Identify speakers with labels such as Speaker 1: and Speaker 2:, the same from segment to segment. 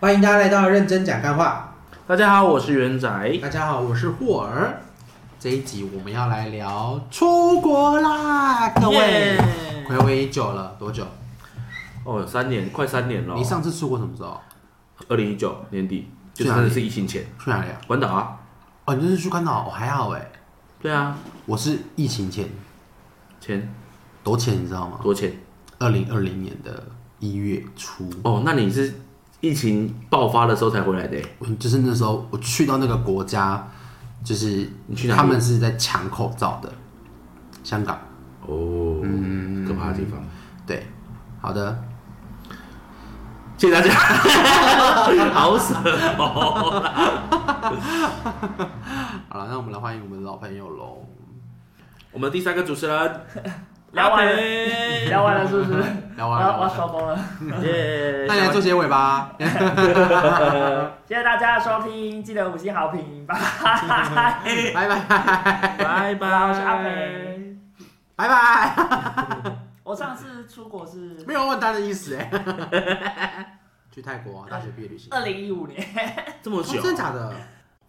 Speaker 1: 欢迎大家来到认真讲干话。
Speaker 2: 大家好，我是元仔。
Speaker 1: 大家好，我是霍尔。这一集我们要来聊出国啦，各位。
Speaker 2: 耶
Speaker 1: 暌违已久了，多久？
Speaker 2: 哦，有三年，快三年了。哦
Speaker 1: 你上次出国什么时候？
Speaker 2: 二零一九年底，就
Speaker 1: 去哪里
Speaker 2: 真的是疫情前，
Speaker 1: 去哪里啊？
Speaker 2: 关岛啊。
Speaker 1: 哦，你这是去关岛？哦，还好哎。
Speaker 2: 对啊，
Speaker 1: 我是疫情前，
Speaker 2: 前
Speaker 1: 多前你知道吗？
Speaker 2: 多前
Speaker 1: 二零二零年的一月初，
Speaker 2: 哦，那你是疫情爆发的时候才回来的欸？
Speaker 1: 我就是那时候我去到那个国家，就是
Speaker 2: 你去哪里
Speaker 1: 他们是在抢口罩的，香港。
Speaker 2: 哦，可怕的地
Speaker 1: 嗯
Speaker 2: 方。
Speaker 1: 对，好的，
Speaker 2: 谢 谢大家，好死哦。
Speaker 1: 好了，那我们来欢迎我们的老朋友喽。
Speaker 2: 我们第三个 主持人，
Speaker 3: 聊完了
Speaker 2: 耶
Speaker 3: 聊完了是不 是？
Speaker 1: 聊
Speaker 3: 我
Speaker 1: 完
Speaker 3: 要
Speaker 1: 了，
Speaker 3: 我要收工了，
Speaker 2: 耶
Speaker 1: 那你来做结尾吧。
Speaker 3: 谢谢大家的收听，记得五星好评，拜拜。
Speaker 1: 拜拜，
Speaker 2: 拜
Speaker 3: 我是阿
Speaker 2: 拜
Speaker 3: 培。
Speaker 1: 拜拜。
Speaker 3: 我上次出国是
Speaker 1: 没有问他的意思哎、去泰国啊、大学毕业旅行，
Speaker 3: 二零一五年，
Speaker 2: 这么
Speaker 1: 哦
Speaker 2: 久
Speaker 1: 真，的假的？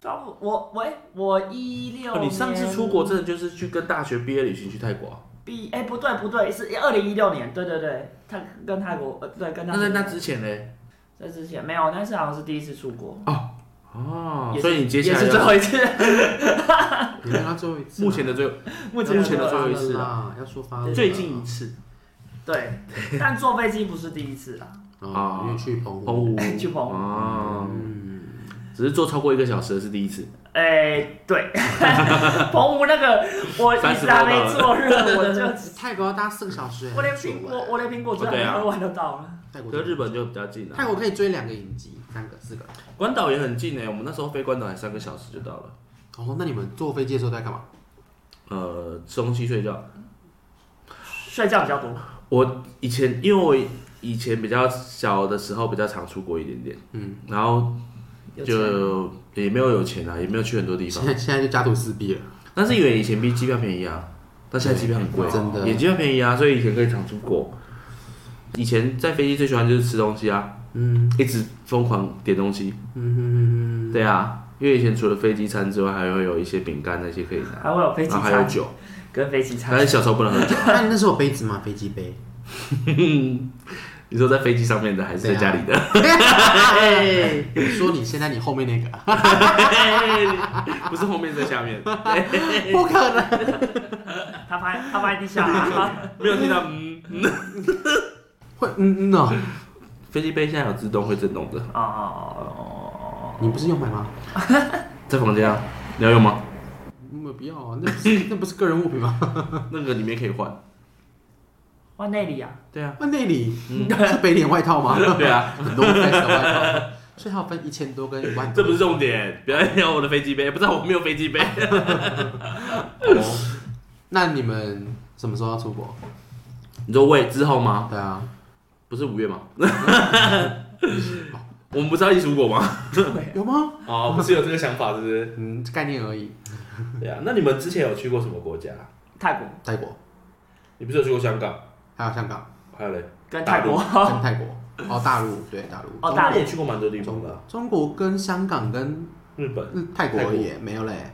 Speaker 3: 抓不我我哎我一六
Speaker 2: 哦
Speaker 3: 年
Speaker 2: 你上次出国真的就是去跟大学毕业旅行去泰国
Speaker 1: 哦
Speaker 2: 啊？
Speaker 3: 毕哎不对不对是二零一六年，对对对，泰跟泰国呃对跟
Speaker 2: 那
Speaker 3: 泰
Speaker 2: 在那
Speaker 3: 国
Speaker 2: 之前呢？
Speaker 3: 在之前没有，那次好像是第一次出国，
Speaker 2: 哦
Speaker 3: 也，是
Speaker 2: 所以你接下
Speaker 3: 也
Speaker 2: 来
Speaker 3: 是
Speaker 2: 要
Speaker 3: 最后一次，
Speaker 1: 你跟他最后一次啊，
Speaker 2: 目前的最后
Speaker 3: 目
Speaker 2: 前
Speaker 3: 前
Speaker 2: 的最后一次
Speaker 1: 啦，要说发了啦
Speaker 2: 最近一次
Speaker 3: 对， 但坐飞机不是第一次啦，
Speaker 1: 哦，因为去澎湖，
Speaker 2: 澎湖
Speaker 3: 去澎湖
Speaker 2: 哦，
Speaker 1: 嗯，
Speaker 2: 只是坐超过一个小时的是第一次，
Speaker 3: 哎、对， 澎湖那个我一直还没坐热，我就
Speaker 1: 泰国要搭四个小时、欸，
Speaker 3: 我连
Speaker 1: 很久
Speaker 3: 苹
Speaker 1: 欸
Speaker 3: 果我连苹果汁
Speaker 2: 哦对啊
Speaker 3: 还没喝完都到了。
Speaker 1: 泰国
Speaker 2: 可是日本就比较近了、
Speaker 1: 泰国可以追两个影集，三个四个。
Speaker 2: 关岛也很近哎、我们那时候飞关岛还三个小时就到了。
Speaker 1: 哦，那你们坐飞机的时候在干嘛？
Speaker 2: 呃，吃东西睡觉。
Speaker 3: 睡觉比较多，
Speaker 2: 我以前因为我以前比较小的时候比较常出国一点点，
Speaker 1: 嗯，
Speaker 2: 然后
Speaker 3: 有钱
Speaker 2: 就也没有有钱啊，也没有去很多地
Speaker 1: 现
Speaker 2: 方。
Speaker 1: 在现在就家徒四壁了，
Speaker 2: 但是因为以前比机票便宜啊，但现在机票很贵，
Speaker 1: 真的
Speaker 2: 也机票便宜啊，所以以前可以常出国。以前在飞机最喜欢就是吃东西啊，
Speaker 1: 嗯
Speaker 2: 一直疯狂点东西。
Speaker 1: 嗯嗯嗯
Speaker 2: 对啊，因为以前除了飞机餐之外，还会有一些饼干那些可以拿，
Speaker 3: 还会有飞
Speaker 2: 然
Speaker 3: 机
Speaker 2: 后还有
Speaker 3: 餐
Speaker 2: 酒，
Speaker 3: 跟飞机
Speaker 2: 但
Speaker 3: 餐
Speaker 2: 是，小时候不能喝酒。
Speaker 1: 嗯。那你那时候有杯子吗？飞机杯？
Speaker 2: 你说在飞机上面的还是在家里的？
Speaker 1: 你说你现在你后面那个，
Speaker 2: 不是后面在下面，
Speaker 1: 不可能。
Speaker 3: 他拍他拍地下、啊，
Speaker 2: 没有听到嗯。嗯
Speaker 1: 会嗯嗯哦，
Speaker 2: 飞机杯现在有自动会震动的，
Speaker 3: 哦，
Speaker 1: 你不是用买吗？
Speaker 2: 在房间啊，你要用 吗？
Speaker 1: 没有必要啊，那不是那不是个人物品吗？
Speaker 2: 那个里面可以换。
Speaker 3: 换内里啊，
Speaker 2: 对啊，
Speaker 1: 那内里是北脸外套吗？
Speaker 2: 对啊，
Speaker 1: 很多 size 的外套，所以它有分一千多跟一万
Speaker 2: 这
Speaker 1: 多。
Speaker 2: 不是重点，不要聊我的飞机杯，不知道我没有飞机杯。
Speaker 1: 哦那你们什么时候要出国？
Speaker 2: 你说喂之后吗？
Speaker 1: 对啊，
Speaker 2: 不是五月吗？ 我们不是要一起出国吗？
Speaker 1: 有吗？
Speaker 2: 哦，不是有这个想法，是不是？
Speaker 1: 嗯，概念而已。
Speaker 2: 对啊，那你们之前有去过什么国家？
Speaker 3: 泰国
Speaker 1: 泰国
Speaker 2: 你不是有去过香港，
Speaker 1: 还有香港
Speaker 2: 还有嘞，
Speaker 3: 跟泰国，
Speaker 1: 跟泰国哦，大陆对大陆，
Speaker 3: 哦
Speaker 2: 中
Speaker 3: 大
Speaker 2: 国
Speaker 3: 陆
Speaker 2: 你也去过蛮多地方
Speaker 1: 中
Speaker 2: 的啊，
Speaker 1: 中国跟香港跟
Speaker 2: 日本，
Speaker 1: 嗯泰国而已，没有嘞，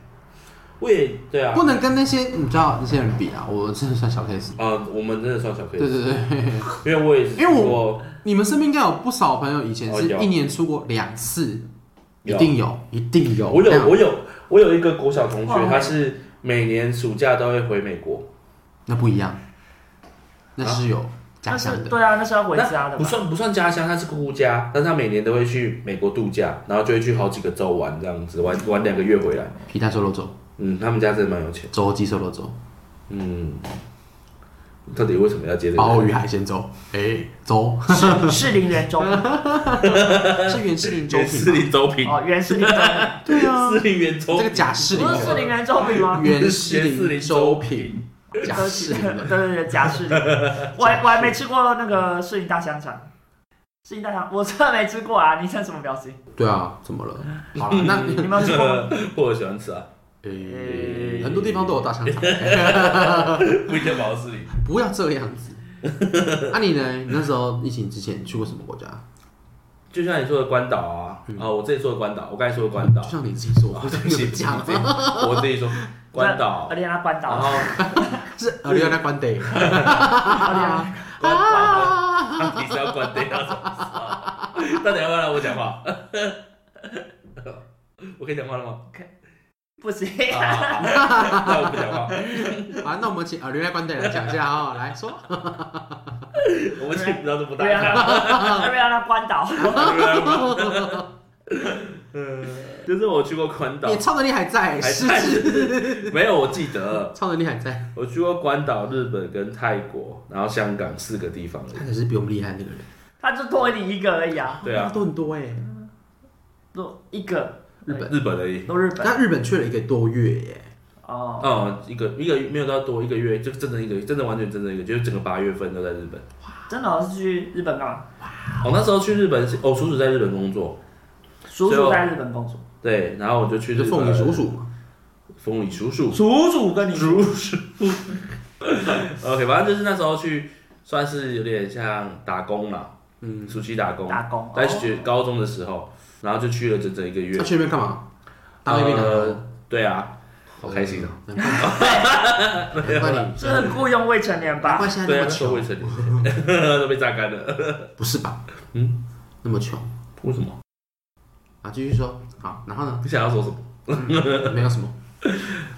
Speaker 2: 我也对啊
Speaker 1: 不，能跟那些你知道那些人比啊，我真的算小 case。
Speaker 2: 啊，我们真的算小 case，
Speaker 1: 对对对，
Speaker 2: 因为我也是
Speaker 1: 因为我
Speaker 2: 去过，
Speaker 1: 你们身边应该有不少朋友以前
Speaker 2: 哦
Speaker 1: 是
Speaker 2: 有
Speaker 1: 一年出国两次，一
Speaker 2: 有
Speaker 1: 定有，一定有。
Speaker 2: 我
Speaker 1: 这
Speaker 2: 有
Speaker 1: 样
Speaker 2: 我有我有一个国小同学，
Speaker 3: 哇
Speaker 2: 他是每年暑假都会回美国，
Speaker 1: 那不一样，
Speaker 2: 啊
Speaker 1: 那是有家
Speaker 3: 那
Speaker 1: 乡
Speaker 3: 是
Speaker 1: 的。
Speaker 3: 对啊，那是要回家
Speaker 2: 那
Speaker 3: 的
Speaker 2: 不
Speaker 3: 吧，
Speaker 2: 算不算家乡，他是姑家，但是他每年都会去美国度假，然后就会去好几个州玩这样子，玩玩两个月回来。
Speaker 1: 皮蛋瘦肉粥，
Speaker 2: 嗯，他们家真的蛮有钱。
Speaker 1: 周记瘦肉粥，
Speaker 2: 嗯，到底为什么要接这
Speaker 1: 鲍
Speaker 2: 个？
Speaker 1: 鱼海鲜粥，哎， 粥
Speaker 3: 士士林园中，
Speaker 1: 是袁世林粥
Speaker 2: 原士
Speaker 1: 品吗？啊
Speaker 2: 林粥品，
Speaker 3: 哦，原士林中，
Speaker 1: 对啊，
Speaker 2: 士林原粥
Speaker 1: 这
Speaker 2: 品，
Speaker 1: 个假士林
Speaker 3: 不是士林园中饼吗？
Speaker 1: 袁世
Speaker 2: 士
Speaker 1: 林
Speaker 2: 林
Speaker 1: 粥
Speaker 2: 粥
Speaker 1: 品
Speaker 2: 品，
Speaker 1: 假士林
Speaker 3: 对
Speaker 1: 的
Speaker 3: 对对，假士林，我还我还没吃过那个士林大香肠，世新大肠，我虽然没吃过啊，你现在什么表情？
Speaker 1: 对啊，怎么了？好了，那
Speaker 3: 你没有吃过吗？
Speaker 2: 我喜欢吃啊，
Speaker 1: 诶哎很多地方都有大香 肠，
Speaker 2: 不一定保是你。
Speaker 1: 不要这样子。啊，你呢？你那时候疫情之前去过什么国家？
Speaker 2: 就像你说的关岛啊，
Speaker 1: 嗯
Speaker 2: 啊，我自己说的关岛，我刚才说的关岛
Speaker 1: 就， 像你自己说，
Speaker 2: 啊
Speaker 1: 我
Speaker 2: 对
Speaker 1: 跟
Speaker 2: 不
Speaker 1: 你
Speaker 2: 起，
Speaker 1: 们讲
Speaker 2: 我自己，我自己说关岛
Speaker 3: 而，且他关
Speaker 2: 然
Speaker 3: 岛，
Speaker 2: 后
Speaker 1: 是耳朵在关得。
Speaker 2: 关岛，你是要关掉什么？到底要不要让我讲话？我可以讲话了吗？
Speaker 3: 不 行，
Speaker 2: 啊好那我不讲话，
Speaker 1: 啊，那我们请耳朵在关得来讲一下啊，来说，
Speaker 2: 我们请不到这么大
Speaker 3: 瑞安
Speaker 2: 咖。
Speaker 3: 纳，瑞安纳关岛，
Speaker 2: 嗯，就是我去过关岛
Speaker 1: 你，超能力还在，
Speaker 2: 啊还
Speaker 1: 是
Speaker 2: 在
Speaker 1: 是，
Speaker 2: 没有，我记得
Speaker 1: 超能力还在，
Speaker 2: 我去过关岛、日本跟泰国，然后香港四个地方而
Speaker 1: 他
Speaker 2: 已。
Speaker 1: 可是比我们厉害那个人，
Speaker 3: 他就多你一个而已啊，
Speaker 2: 对啊，
Speaker 1: 都很多哎。
Speaker 3: 多一个，
Speaker 1: 日本，
Speaker 2: 日本而已。
Speaker 3: 都日本
Speaker 1: 那日本去了一个多月耶，
Speaker 3: 哦，
Speaker 2: 嗯，一个一个没有到多一个月，就真的一个真的完全真的一个，就是整个八月份都在日本。
Speaker 3: 真的好像是去日本干嘛？
Speaker 2: 我、那时候去日本是，哦，叔叔在日本工作，
Speaker 3: 叔
Speaker 2: 所以
Speaker 3: 叔
Speaker 2: 我
Speaker 3: 在日本工作，
Speaker 2: 对，然后我就去
Speaker 1: 就
Speaker 2: 日
Speaker 1: 是
Speaker 2: 本。
Speaker 1: 凤梨叔，叔嘛，
Speaker 2: 风雨叔叔
Speaker 3: 叔叔跟你
Speaker 2: 叔叔。OK，反正就是那时候去，算是有点像打工啦，
Speaker 1: 嗯，
Speaker 2: 暑期打工，
Speaker 3: 打工，
Speaker 2: 在
Speaker 3: 哦
Speaker 2: 学高中的时候，然后就去了整整一个月
Speaker 1: 他。去那边干嘛？当那边
Speaker 2: 呃
Speaker 1: 的，
Speaker 2: 对啊，好开心啊！
Speaker 1: 难怪你， 难怪你，
Speaker 3: 这是雇佣未成年
Speaker 1: 难
Speaker 3: 吧
Speaker 1: 怪？现在
Speaker 2: 对
Speaker 1: 那
Speaker 2: 啊，
Speaker 1: 么
Speaker 2: 那时候未
Speaker 1: 穷，
Speaker 2: 成年， 都被榨干了。
Speaker 1: 不是吧？
Speaker 2: 嗯，
Speaker 1: 那么穷
Speaker 2: 为什么？
Speaker 1: 啊，继续说，好，然后呢？
Speaker 2: 你想要说什么？呃
Speaker 1: 没有什么，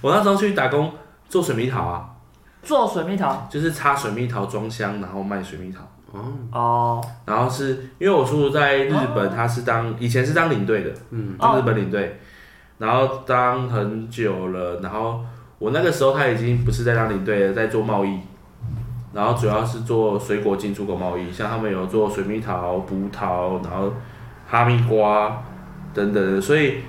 Speaker 2: 我那时候去打工做水蜜桃啊，
Speaker 3: 做水蜜桃
Speaker 2: 就是插水蜜桃装箱，然后卖水蜜桃。
Speaker 1: 哦，
Speaker 3: 哦，
Speaker 2: 然后是因为我叔叔在日本，他是当以前是当领队的，
Speaker 1: 嗯，
Speaker 2: 当日本领队，然后当很久了。然后我那个时候他已经不是在当领队了，在做贸易，然后主要是做水果进出口贸易，像他们有做水蜜桃、葡萄，然后哈密瓜等等的。所以，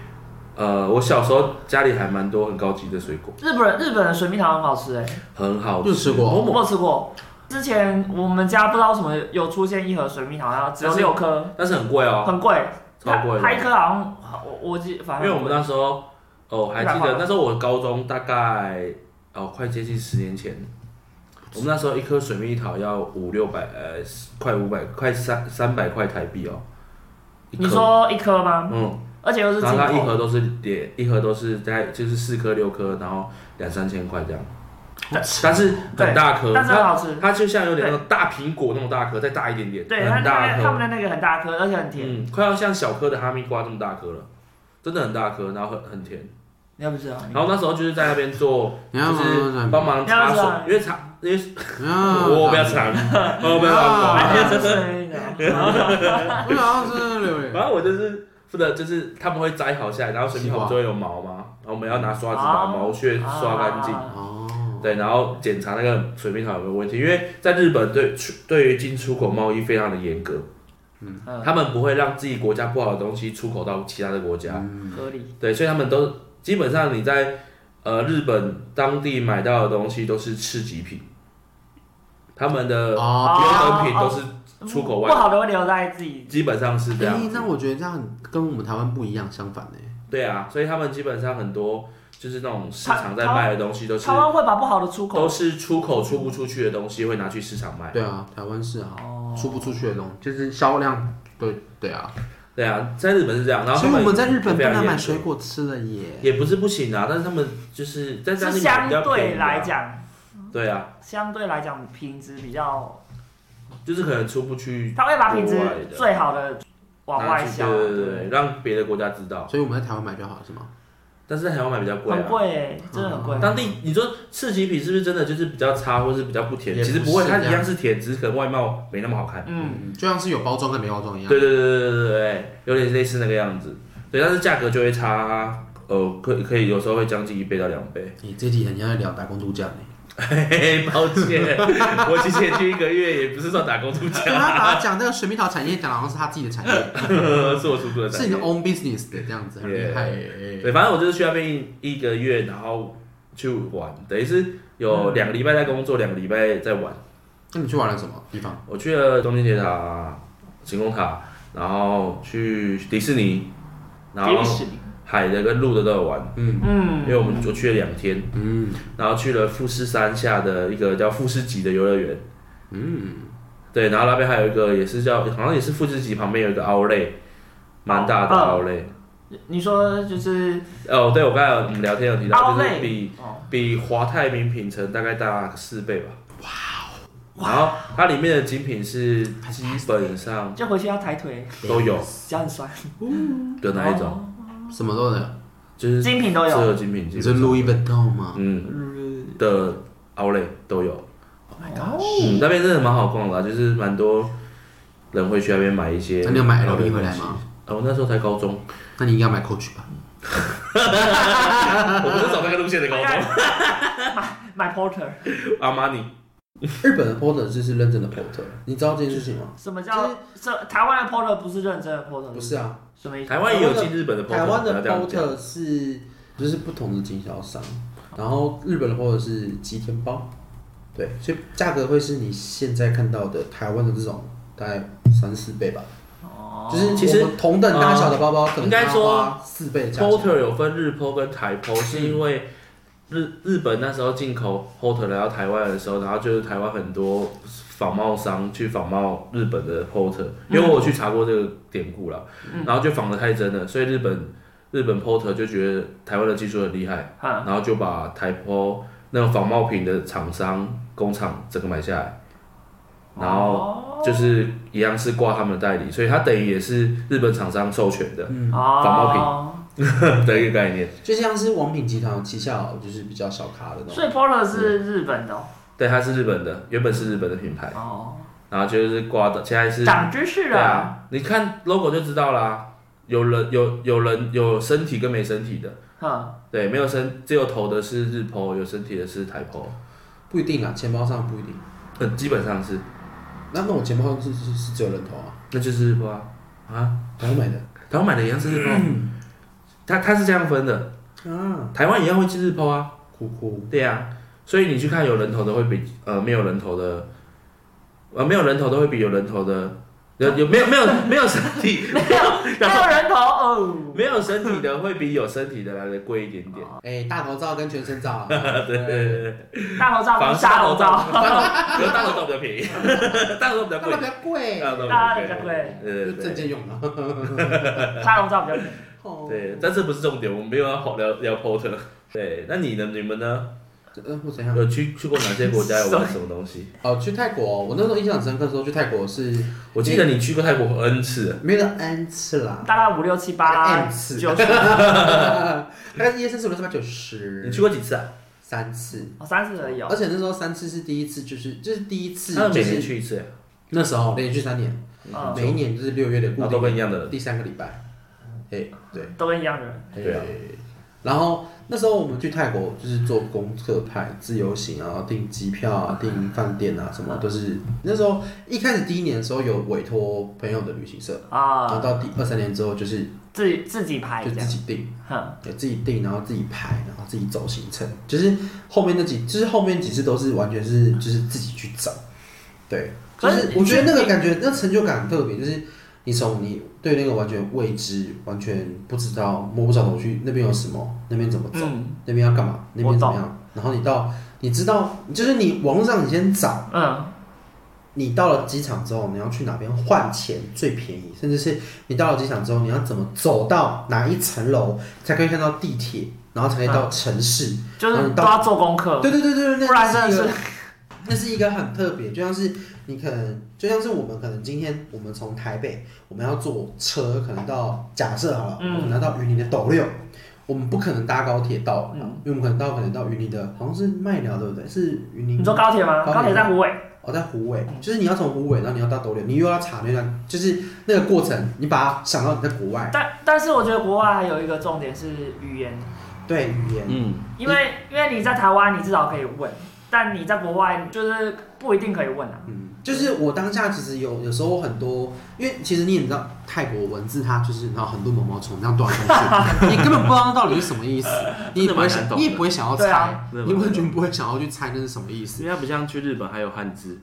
Speaker 2: 呃，我小时候家里还蛮多很高级的水果，
Speaker 3: 日本日本的水蜜桃很好吃哎，
Speaker 2: 很好
Speaker 1: 又吃过
Speaker 3: 我没有吃过。之前我们家不知道为什么有出现一盒水蜜桃，然后只有六颗，
Speaker 2: 但是很贵哦。
Speaker 3: 很贵，
Speaker 2: 超贵的
Speaker 3: 它它一颗好像我我记，反
Speaker 2: 因
Speaker 3: 正
Speaker 2: 为我们那时候，哦，还记
Speaker 3: 一百块
Speaker 2: 得那时候我高中大概哦，快接近十年前，我们那时候一颗水蜜桃要五六百，呃，快五百，快三三百块台币哦。一颗
Speaker 3: 你说一颗吗？
Speaker 2: 嗯，
Speaker 3: 而且又是
Speaker 2: 然
Speaker 3: 进
Speaker 2: 后它一
Speaker 3: 口，
Speaker 2: 盒都是点，一盒都是在就是四颗六颗，然后两三千块这样，
Speaker 1: 好吃
Speaker 2: 但是很大颗，
Speaker 3: 但是很
Speaker 2: 它
Speaker 3: 好吃。
Speaker 2: 它就像有点那种大苹果那种大颗，再大一点点，
Speaker 3: 对，它
Speaker 2: 很
Speaker 3: 它
Speaker 2: 大
Speaker 3: 们他
Speaker 2: 颗
Speaker 3: 们，的那个很大颗，而且很甜。
Speaker 2: 嗯，快要像小颗的哈密瓜这么大颗了，真的很大颗，然后很很甜。
Speaker 3: 你要不知道，你
Speaker 2: 然后那时候就是在那边做，就
Speaker 1: 然后
Speaker 2: 是帮忙
Speaker 3: 然
Speaker 2: 擦
Speaker 3: 后
Speaker 2: 手
Speaker 3: 是，
Speaker 2: 因为擦，因为
Speaker 1: 啊，
Speaker 2: 我不要擦， 我不要
Speaker 1: 啊
Speaker 2: 擦。
Speaker 3: 哎你要吃水蜜 桃
Speaker 1: 我想要吃榴 莲，
Speaker 2: 反正我就是负责，就是他们会摘好下来，然后水蜜
Speaker 1: 西瓜
Speaker 2: 桃就会有毛嘛，然后我们要拿刷子把
Speaker 3: 哦
Speaker 2: 毛屑嗯刷干净，
Speaker 3: 啊
Speaker 1: 哦，
Speaker 2: 对，然后检查那个水蜜桃有没有问题，因为在日本对出对于进出口贸易非常的严格，
Speaker 3: 嗯，
Speaker 2: 他们不会让自己国家不好的东西出口到其他的国家，
Speaker 3: 合理。
Speaker 2: 对，所以他们都基本上你在呃日本当地买到的东西都是次级品，他们的
Speaker 1: 哦，
Speaker 2: 优等品都是出口外
Speaker 3: 嗯不好的会留在自己。
Speaker 2: 基本上是这样
Speaker 1: 哎，
Speaker 2: 子
Speaker 1: 那我觉得这样很跟我们台湾不一样，相反呢，
Speaker 2: 对啊，所以他们基本上很多就是那种市场在
Speaker 3: 台湾
Speaker 2: 卖的东西都是
Speaker 3: 台湾会把不好的
Speaker 2: 都
Speaker 3: 出口，
Speaker 2: 是出口出不出去的东西会拿去市场卖。
Speaker 1: 对啊，台湾是啊，
Speaker 3: 哦
Speaker 1: 出不出去的东西，就是销量，对对啊，
Speaker 2: 对啊，在日本是这样，然后
Speaker 1: 所以
Speaker 2: 他
Speaker 1: 我们在日本不
Speaker 2: 非常
Speaker 1: 能
Speaker 2: 严
Speaker 1: 买
Speaker 2: 格
Speaker 1: 水果吃了耶，
Speaker 2: 也不是不行啊，但是他们就是在在
Speaker 3: 是
Speaker 2: 那边
Speaker 3: 相
Speaker 2: 比较便
Speaker 3: 对
Speaker 2: 宜啊
Speaker 3: 来讲，
Speaker 2: 对啊，
Speaker 3: 相对来讲品质比较，
Speaker 2: 就是可能出不去
Speaker 3: 他会把品
Speaker 2: 国外的
Speaker 3: 质最好的往外
Speaker 2: 拿去
Speaker 3: 销。
Speaker 2: 对对对对，让别的国家知道。
Speaker 1: 所以我们在台湾买就好了是吗？
Speaker 2: 但是在台湾买比较贵
Speaker 3: 很
Speaker 2: 啊。
Speaker 3: 贵欸，真的很贵。
Speaker 2: 当地你说次级品是不是真的就是比较差，或是比较不甜？
Speaker 1: 也不
Speaker 2: 其
Speaker 1: 是
Speaker 2: 实不会，它
Speaker 1: 这样
Speaker 2: 一样是甜，只是可能外貌没那么好看。
Speaker 3: 嗯，
Speaker 1: 嗯，就像是有包装跟没包装一样，
Speaker 2: 对对对对对对对，有点类似那个样子。对，但是价格就会差，呃，可可以有时候会将近一倍到两倍。
Speaker 1: 你这集很像在聊打工度 假呢，
Speaker 2: 嘿嘿，抱歉， 我其实也去一个月，也不是算打工度假，
Speaker 1: 对他把他讲那个水蜜桃产业讲的好像是他自己的 产业，
Speaker 2: 是我叔叔的
Speaker 1: 是
Speaker 2: 产
Speaker 1: 你
Speaker 2: 业
Speaker 1: 的。own business 的这样子，很厉害耶，
Speaker 2: 对，反正我就是去那边一一个月，然后去玩，等于是有
Speaker 1: 嗯
Speaker 2: 两个礼拜在工作，两个礼拜在玩。
Speaker 1: 那你去玩了什么地方？
Speaker 2: 我去了东京铁塔，晴空塔，然后去迪士尼，然
Speaker 3: 迪
Speaker 2: 后
Speaker 3: 士尼，
Speaker 2: 海的跟陆的都有玩，
Speaker 1: 嗯
Speaker 2: 因
Speaker 3: 嗯，
Speaker 2: 为我们我去了两天，
Speaker 1: 嗯
Speaker 2: 然后去了富士山下的一个叫富士急的游乐园，
Speaker 1: 嗯，
Speaker 2: 对，然后那边还有一个也是叫，好像也是富士急旁边有一个奥莱，蛮大的
Speaker 3: 嗯
Speaker 2: 奥莱。
Speaker 3: 你说就是
Speaker 2: 哦，对，我刚才有你们聊天有提到，
Speaker 3: 奥
Speaker 2: 就是
Speaker 3: 莱
Speaker 2: 比
Speaker 3: 哦，
Speaker 2: 比华泰名品城大概大四倍吧。
Speaker 1: 哦
Speaker 2: 哇然后它里面的精品是基本上
Speaker 3: 就回去要抬腿，
Speaker 2: 都有
Speaker 3: 这样酸，
Speaker 2: 的那一种，
Speaker 1: 什么都能，
Speaker 2: 就是
Speaker 3: 哦精品都有
Speaker 2: 所有精品，
Speaker 1: 你
Speaker 2: 基
Speaker 1: 是
Speaker 2: 本上
Speaker 1: Louis Vuitton 吗？
Speaker 2: 嗯的奥莱都有。
Speaker 3: 哦，
Speaker 2: 嗯，那边真的蛮好逛的啊、就是蛮多人会去那边买一些。
Speaker 1: 那啊你有买 LV 回来吗？
Speaker 2: 哦，我那时候才高 中，
Speaker 1: 那你应该买 Coach 吧？
Speaker 2: 我不是走那个路线的高中。
Speaker 3: 买 porter，
Speaker 2: 阿玛尼，
Speaker 1: 日本的 porter 就是认真的 porter，你知道这件事情吗？
Speaker 3: 什么叫这台湾的 porter 不是认真的 porter，
Speaker 1: 不是啊，
Speaker 3: 什么意思
Speaker 2: 台？湾也有进日本的 porter，
Speaker 1: 台湾的
Speaker 2: 不要这样
Speaker 1: porter 是就是不同的经销商，然后日本的 porter 是吉田包，对，所以价格会是你现在看到的台湾的这种大概三四倍吧，
Speaker 3: 哦
Speaker 1: 就是
Speaker 2: 其实嗯
Speaker 1: 我们同等大小的包包，可能
Speaker 2: 应该说
Speaker 1: 要花四倍的价钱。
Speaker 2: porter 有分日 p o 跟台 p o 是因为日日本那时候进口 porter 来到台湾的时候，然后就是台湾很多仿冒商去仿冒日本的 porter，因为我有去查过这个典故了，然后就仿的太真了，所以日本日本 porter 就觉得台湾的技术很厉害。
Speaker 3: 哈，
Speaker 2: 然后就把台坡那种仿冒品的厂商工厂整个买下来，然后
Speaker 3: 后
Speaker 2: 就是一样是挂他们的代理，所以它等于也是日本厂商授权的
Speaker 3: 仿
Speaker 2: 冒
Speaker 3: 品，
Speaker 2: 的一个概念。
Speaker 1: 就像是王品集团旗下有就是比较小咖的那种，
Speaker 3: 所以 porter 是
Speaker 1: 嗯
Speaker 3: 日本的哦
Speaker 2: 对，它是日本的，原本是日本的品牌，
Speaker 3: 哦，
Speaker 2: 然后就是挂的，现在是
Speaker 3: 长知识
Speaker 2: 对
Speaker 3: 了，
Speaker 2: 啊，你看 logo 就知道啦。有人有有人有身体跟没身体的，
Speaker 3: 哈，
Speaker 2: 对，没有身只有头的是日坡，有身体的是台坡，
Speaker 1: 不一定啊，钱包上不一定。
Speaker 2: 呃基本上是，
Speaker 1: 那那我钱包上是是是只有人头啊，
Speaker 2: 那就是日坡啊啊，
Speaker 1: 然后买 的
Speaker 2: 台湾买的一样是日坡，
Speaker 3: 嗯
Speaker 2: 它它是这样分的，
Speaker 1: 啊，
Speaker 2: 台湾一样会去日抛啊，
Speaker 1: 哭哭。
Speaker 2: 对呀、所以你去看有人头的会比呃没有人头的，呃没有人头的会比有人头的，有有没有没有没有身体
Speaker 3: 没有没有人头哦，
Speaker 2: 没有身体的会比有身体的来的贵一点点，
Speaker 1: 哎，大头照跟全身照啊，
Speaker 2: 对对 对，对对，
Speaker 3: 大头照
Speaker 2: 反
Speaker 3: 不
Speaker 2: 而
Speaker 3: 是
Speaker 2: 是
Speaker 3: 沙头照，
Speaker 2: 大头照，可是大头照比较便 宜，大头照比较
Speaker 1: 那个
Speaker 2: 贵
Speaker 1: 比，较贵，
Speaker 2: 大头照
Speaker 3: 大头
Speaker 2: 比
Speaker 3: 比较
Speaker 2: 较贵，
Speaker 3: 贵，
Speaker 2: 对对
Speaker 1: 证
Speaker 2: 对。
Speaker 1: 件用的。
Speaker 3: 沙头照比 较便宜。
Speaker 1: 哦
Speaker 2: 对，但这不是重点，我们没有要跑聊聊 porter。对，那你呢？你们呢？
Speaker 1: 呃，我怎样？
Speaker 2: 有去去过哪些国家？有玩什么东西？
Speaker 1: 哦，去泰国，我那时候印象很深刻，说去泰国是
Speaker 2: 我记得你去过泰国 N 次啊了，
Speaker 1: 没有到 n 次啦，
Speaker 3: 大概五六七八
Speaker 1: N 次
Speaker 3: 九十
Speaker 1: 大概一三四五六七八九十，
Speaker 2: 你去过几次啊？
Speaker 1: 三次，
Speaker 3: 哦三十而已哦
Speaker 1: 而且那时候三次是第一次，就是就是第一次哦
Speaker 2: 那，
Speaker 1: 就
Speaker 2: 每年
Speaker 1: 是
Speaker 2: 去一次欸，
Speaker 1: 那时候连续三年，
Speaker 2: 哦
Speaker 3: 嗯，
Speaker 1: 每一年就是六月的
Speaker 2: 然
Speaker 1: 固
Speaker 2: 后都
Speaker 1: 定
Speaker 2: 跟一样的人。
Speaker 1: 第三个礼拜，哎，对。
Speaker 3: 都跟一样的人。
Speaker 2: 对啊
Speaker 1: 然后那时候我们去泰国就是做功课派自由行啊，订机票啊，订饭店啊，什么都是。那时候一开始第一年的时候有委托朋友的旅行社，然后
Speaker 3: 啊，
Speaker 1: 到第二三年之后就是
Speaker 3: 自己自己排
Speaker 1: 就
Speaker 3: 这
Speaker 1: 自
Speaker 3: 样，嗯
Speaker 1: 己订，
Speaker 3: 哼，
Speaker 1: 对，自己订，然后自己排，然后自己走行程。就是后面那几，就是后面几次都是完全是就是自己去找，对，就
Speaker 3: 可是
Speaker 1: 是我觉得那个感觉，那成就感很特别，就是你从你对那个完全未知、完全不知道、摸不着头绪，那边有什么，那边怎么走。
Speaker 3: 嗯
Speaker 1: 那边要干嘛，那
Speaker 3: 我
Speaker 1: 边
Speaker 3: 懂
Speaker 1: 怎么样，然后你到，你知道，就是你网络上你先找，
Speaker 3: 嗯，
Speaker 1: 你到了机场之后，你要去哪边换钱最便宜，甚至是你到了机场之后，你要怎么走到哪一层楼才可以看到地铁，然后才可以到城市。
Speaker 3: 就是
Speaker 1: 嗯
Speaker 3: 都
Speaker 1: 到
Speaker 3: 要做功课，
Speaker 1: 对对对对对，
Speaker 3: 哦不然
Speaker 1: 那
Speaker 3: 真的
Speaker 1: 是一个，
Speaker 3: 是
Speaker 1: 那是一个很特别，就像是你可能，就像是我们可能今天我们从台北，我们要坐车，可能到假设好了，
Speaker 3: 嗯
Speaker 1: 我们可能到云林的斗六。我们不可能搭高铁到
Speaker 3: 嗯，
Speaker 1: 因为我们可能到可能到云林的，好像是麦寮对不对？是云林。
Speaker 3: 你坐高铁吗？
Speaker 1: 高铁
Speaker 3: 高铁在湖尾，
Speaker 1: 哦，在湖尾，就是你要从湖尾，然后你要到斗六，你又要查那段，就是那个过程，你把它想到你在国外，
Speaker 3: 但但是我觉得国外还有一个重点是语言，
Speaker 1: 对语言，
Speaker 2: 嗯，
Speaker 3: 因为因为你在台湾你至少可以问，但你在国外就是不一定可以问啊。
Speaker 1: 嗯，就是我当下其实有有时候很多，因为其实你也知道泰国文字它就是然后很多毛毛虫这样断来断去， 你根本不知道到底是什么意思，你也不会
Speaker 2: 真
Speaker 1: 想，
Speaker 2: 的蛮难懂的
Speaker 1: 你也不会想要
Speaker 3: 对
Speaker 1: 猜
Speaker 3: 啊，
Speaker 2: 真的蛮难懂
Speaker 1: 你完全不会想要去猜那是什么意思，
Speaker 2: 因为它不像去日本还有汉字，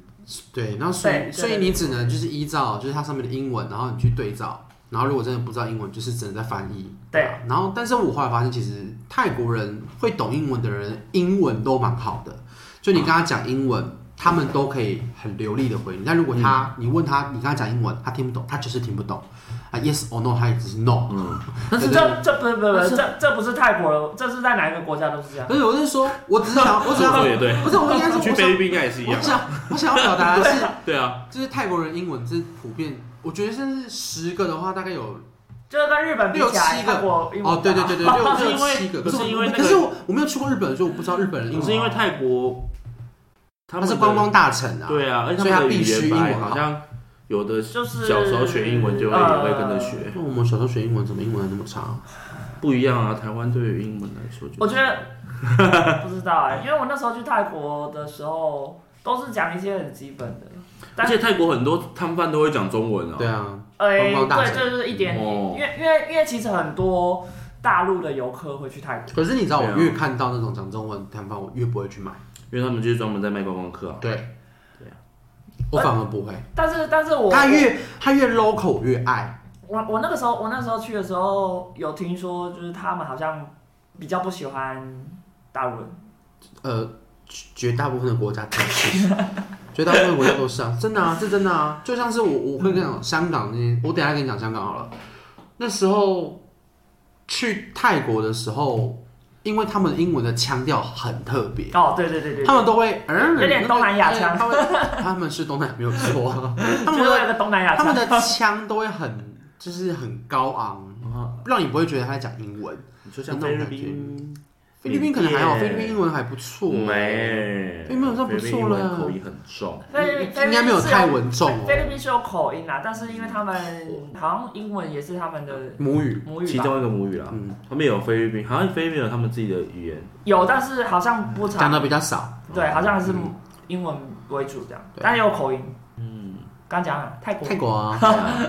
Speaker 1: 对，然后所以
Speaker 3: 对
Speaker 1: 所以你只能就是依照就是它上面的英文，然后你去对照，然后如果真的不知道英文，就是只能在翻译。
Speaker 3: 对
Speaker 1: 啊，然后但是我后来发现，其实泰国人会懂英文的人，英文都蛮好的，就你跟他讲英文。他们都可以很流利的回你，但如果他、你问他，你跟他讲英文，他听不懂，他就是听不懂啊，yes or no，他也只是 no，
Speaker 2: 嗯，
Speaker 3: 但是
Speaker 1: 对
Speaker 3: 这这不是不是不
Speaker 1: 但
Speaker 3: 是
Speaker 1: 是
Speaker 3: 这这不是泰国人，这是在哪一个国家都是这样。
Speaker 1: 不是，我是说，我只是 想，我只
Speaker 2: 这
Speaker 1: 想
Speaker 2: 么，也对，
Speaker 1: 不是，我应该是
Speaker 2: 去
Speaker 1: 我
Speaker 2: 菲律
Speaker 1: 想，
Speaker 2: 宾应该也是一样
Speaker 1: 我，想，我想要表达的是，
Speaker 2: 对啊，
Speaker 1: 就是泰国人英文是普遍，我觉得甚至十个的话，大概有
Speaker 3: 就是跟日本比起来，
Speaker 1: 六七个
Speaker 3: 泰国英文
Speaker 1: 哦，对对对对，六
Speaker 2: 不是
Speaker 1: 六
Speaker 2: 因为
Speaker 1: 七个，
Speaker 2: 不是
Speaker 1: 可我
Speaker 2: 因为那
Speaker 1: 可
Speaker 2: 个
Speaker 1: 是我我没有去过日本，所以我不知道日本人英
Speaker 2: 不
Speaker 1: 文，
Speaker 2: 是因为泰国，
Speaker 1: 嗯他
Speaker 2: 他们
Speaker 1: 是
Speaker 2: 的
Speaker 1: 观光大城啊，
Speaker 2: 对啊，而且
Speaker 1: 所以他
Speaker 2: 他们的语
Speaker 1: 必须
Speaker 2: 言本来
Speaker 1: 英文
Speaker 2: 好像有的
Speaker 3: 就是
Speaker 2: 小时候学英文就会也会跟着
Speaker 3: 呃
Speaker 2: 学，
Speaker 1: 那我们小时候学英文，怎么英文那么差？
Speaker 2: 不一样啊。台湾对于英文来说，
Speaker 3: 我觉得不知道哎、因为我那时候去泰国的时候，都是讲一些很基本的。
Speaker 2: 而且泰国很多摊贩都会讲中文啊。
Speaker 1: 对啊，
Speaker 3: 哎、
Speaker 1: 观光大
Speaker 3: 对，
Speaker 1: 城
Speaker 3: 这就是一点点，
Speaker 2: 哦
Speaker 3: 因为因为因为其实很多大陆的游客会去泰国，
Speaker 1: 可是你知道，
Speaker 2: 对啊
Speaker 1: 我越看到那种讲中文摊贩，我越不会去买，
Speaker 2: 因为他们就是专门在卖观光客啊。
Speaker 1: 对
Speaker 2: 对啊，呃
Speaker 1: 我反而不会，
Speaker 3: 但是但是我
Speaker 1: 他越他越 local 我越爱，
Speaker 3: 我我那个时候我那时候去的时候有听说，就是他们好像比较不喜欢大陆人，
Speaker 1: 呃，绝绝大部分的国家都是。 绝大部分国家都是啊，真的啊，是真的啊。就像是我，我会跟你讲香港那些，我等一下跟你讲香港好了。那时候去泰国的时候，因为他们英文的腔调很特别，
Speaker 3: 哦，对对对对，
Speaker 1: 他们都会嗯，
Speaker 3: 有点东南亚腔
Speaker 1: 他们他们是东南亚没有 错，他们
Speaker 3: 就是
Speaker 1: 的
Speaker 3: 有个东南亚
Speaker 1: 他
Speaker 3: 腔嗯
Speaker 1: 们，的腔都会很就是很高昂，
Speaker 2: 啊，
Speaker 1: 让你不会觉得他在讲英文。
Speaker 2: 你说像菲律宾，
Speaker 1: 菲律宾可能还好，
Speaker 2: 缅甸
Speaker 1: 菲律宾英文还不错，
Speaker 3: 嗯
Speaker 2: 没，
Speaker 1: 菲律宾好像不错了
Speaker 2: 菲律宾英文口音很重，
Speaker 3: 菲律宾啊
Speaker 1: 应该没有泰文重
Speaker 3: 菲
Speaker 1: 哦，
Speaker 3: 律宾是有口音啦，但是因为他们好像英文也是他们的
Speaker 1: 母语，
Speaker 3: 母语
Speaker 2: 其
Speaker 3: 吧，
Speaker 2: 中一个母语啦。
Speaker 1: 嗯，
Speaker 2: 他们有菲律宾，好像菲律宾有他们自己的语言。
Speaker 3: 有，但是好像不
Speaker 1: 讲
Speaker 3: 常
Speaker 1: 的比较少。
Speaker 3: 对，好像是英文为主这样，
Speaker 1: 对
Speaker 3: 但也有口音。
Speaker 2: 嗯，
Speaker 3: 刚讲了泰国
Speaker 1: 泰国啊，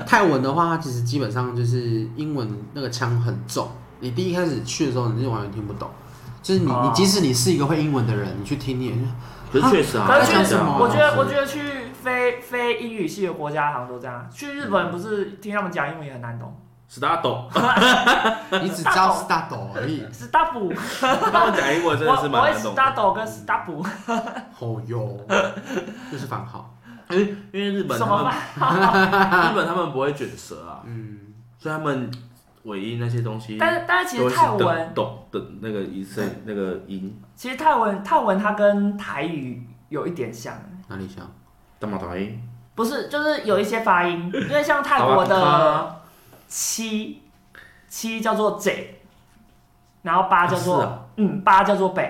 Speaker 1: 泰文的话，它其实基本上就是英文那个腔很重，你第一开始去的时候，你是完全听不懂。就是你，
Speaker 3: 哦
Speaker 1: 你即使你是一个会英文的人，你去听你也是
Speaker 2: 可是确实啊，
Speaker 3: 可是
Speaker 1: 他
Speaker 3: 去
Speaker 1: 讲什么
Speaker 3: 我觉得，
Speaker 1: 是
Speaker 3: 我觉得去非非英语系的国家好像都这样。去日本不是听他们讲英文也很难懂，
Speaker 2: 是大家懂，
Speaker 1: 你只知道 s t a r 而已。
Speaker 3: s t a 我
Speaker 2: 他们讲英文真的是
Speaker 3: 我会
Speaker 2: 蛮难
Speaker 3: s
Speaker 2: 懂
Speaker 3: t
Speaker 2: 的。
Speaker 3: a 跟 s t a
Speaker 1: 哦哟， 就是番号。
Speaker 2: 因为日本
Speaker 3: 什
Speaker 2: 他
Speaker 3: 么
Speaker 2: 们
Speaker 3: 吧？
Speaker 2: 日本他们不会卷舌啊，
Speaker 1: 嗯，
Speaker 2: 所以他们尾音那些东西
Speaker 3: 但是但是其
Speaker 2: 嗯都会
Speaker 3: 实
Speaker 2: 是
Speaker 3: 泰
Speaker 2: 懂
Speaker 3: 文，
Speaker 2: 懂的那个音声那个音，
Speaker 3: 其实泰文泰文它跟台语有一点像，
Speaker 1: 哪里像？
Speaker 2: 大马头音，
Speaker 3: 不是就是有一些发音，因为像泰国的七七叫做 J，然后八叫
Speaker 2: 啊
Speaker 3: 做、
Speaker 2: 是啊
Speaker 3: 嗯八叫做北。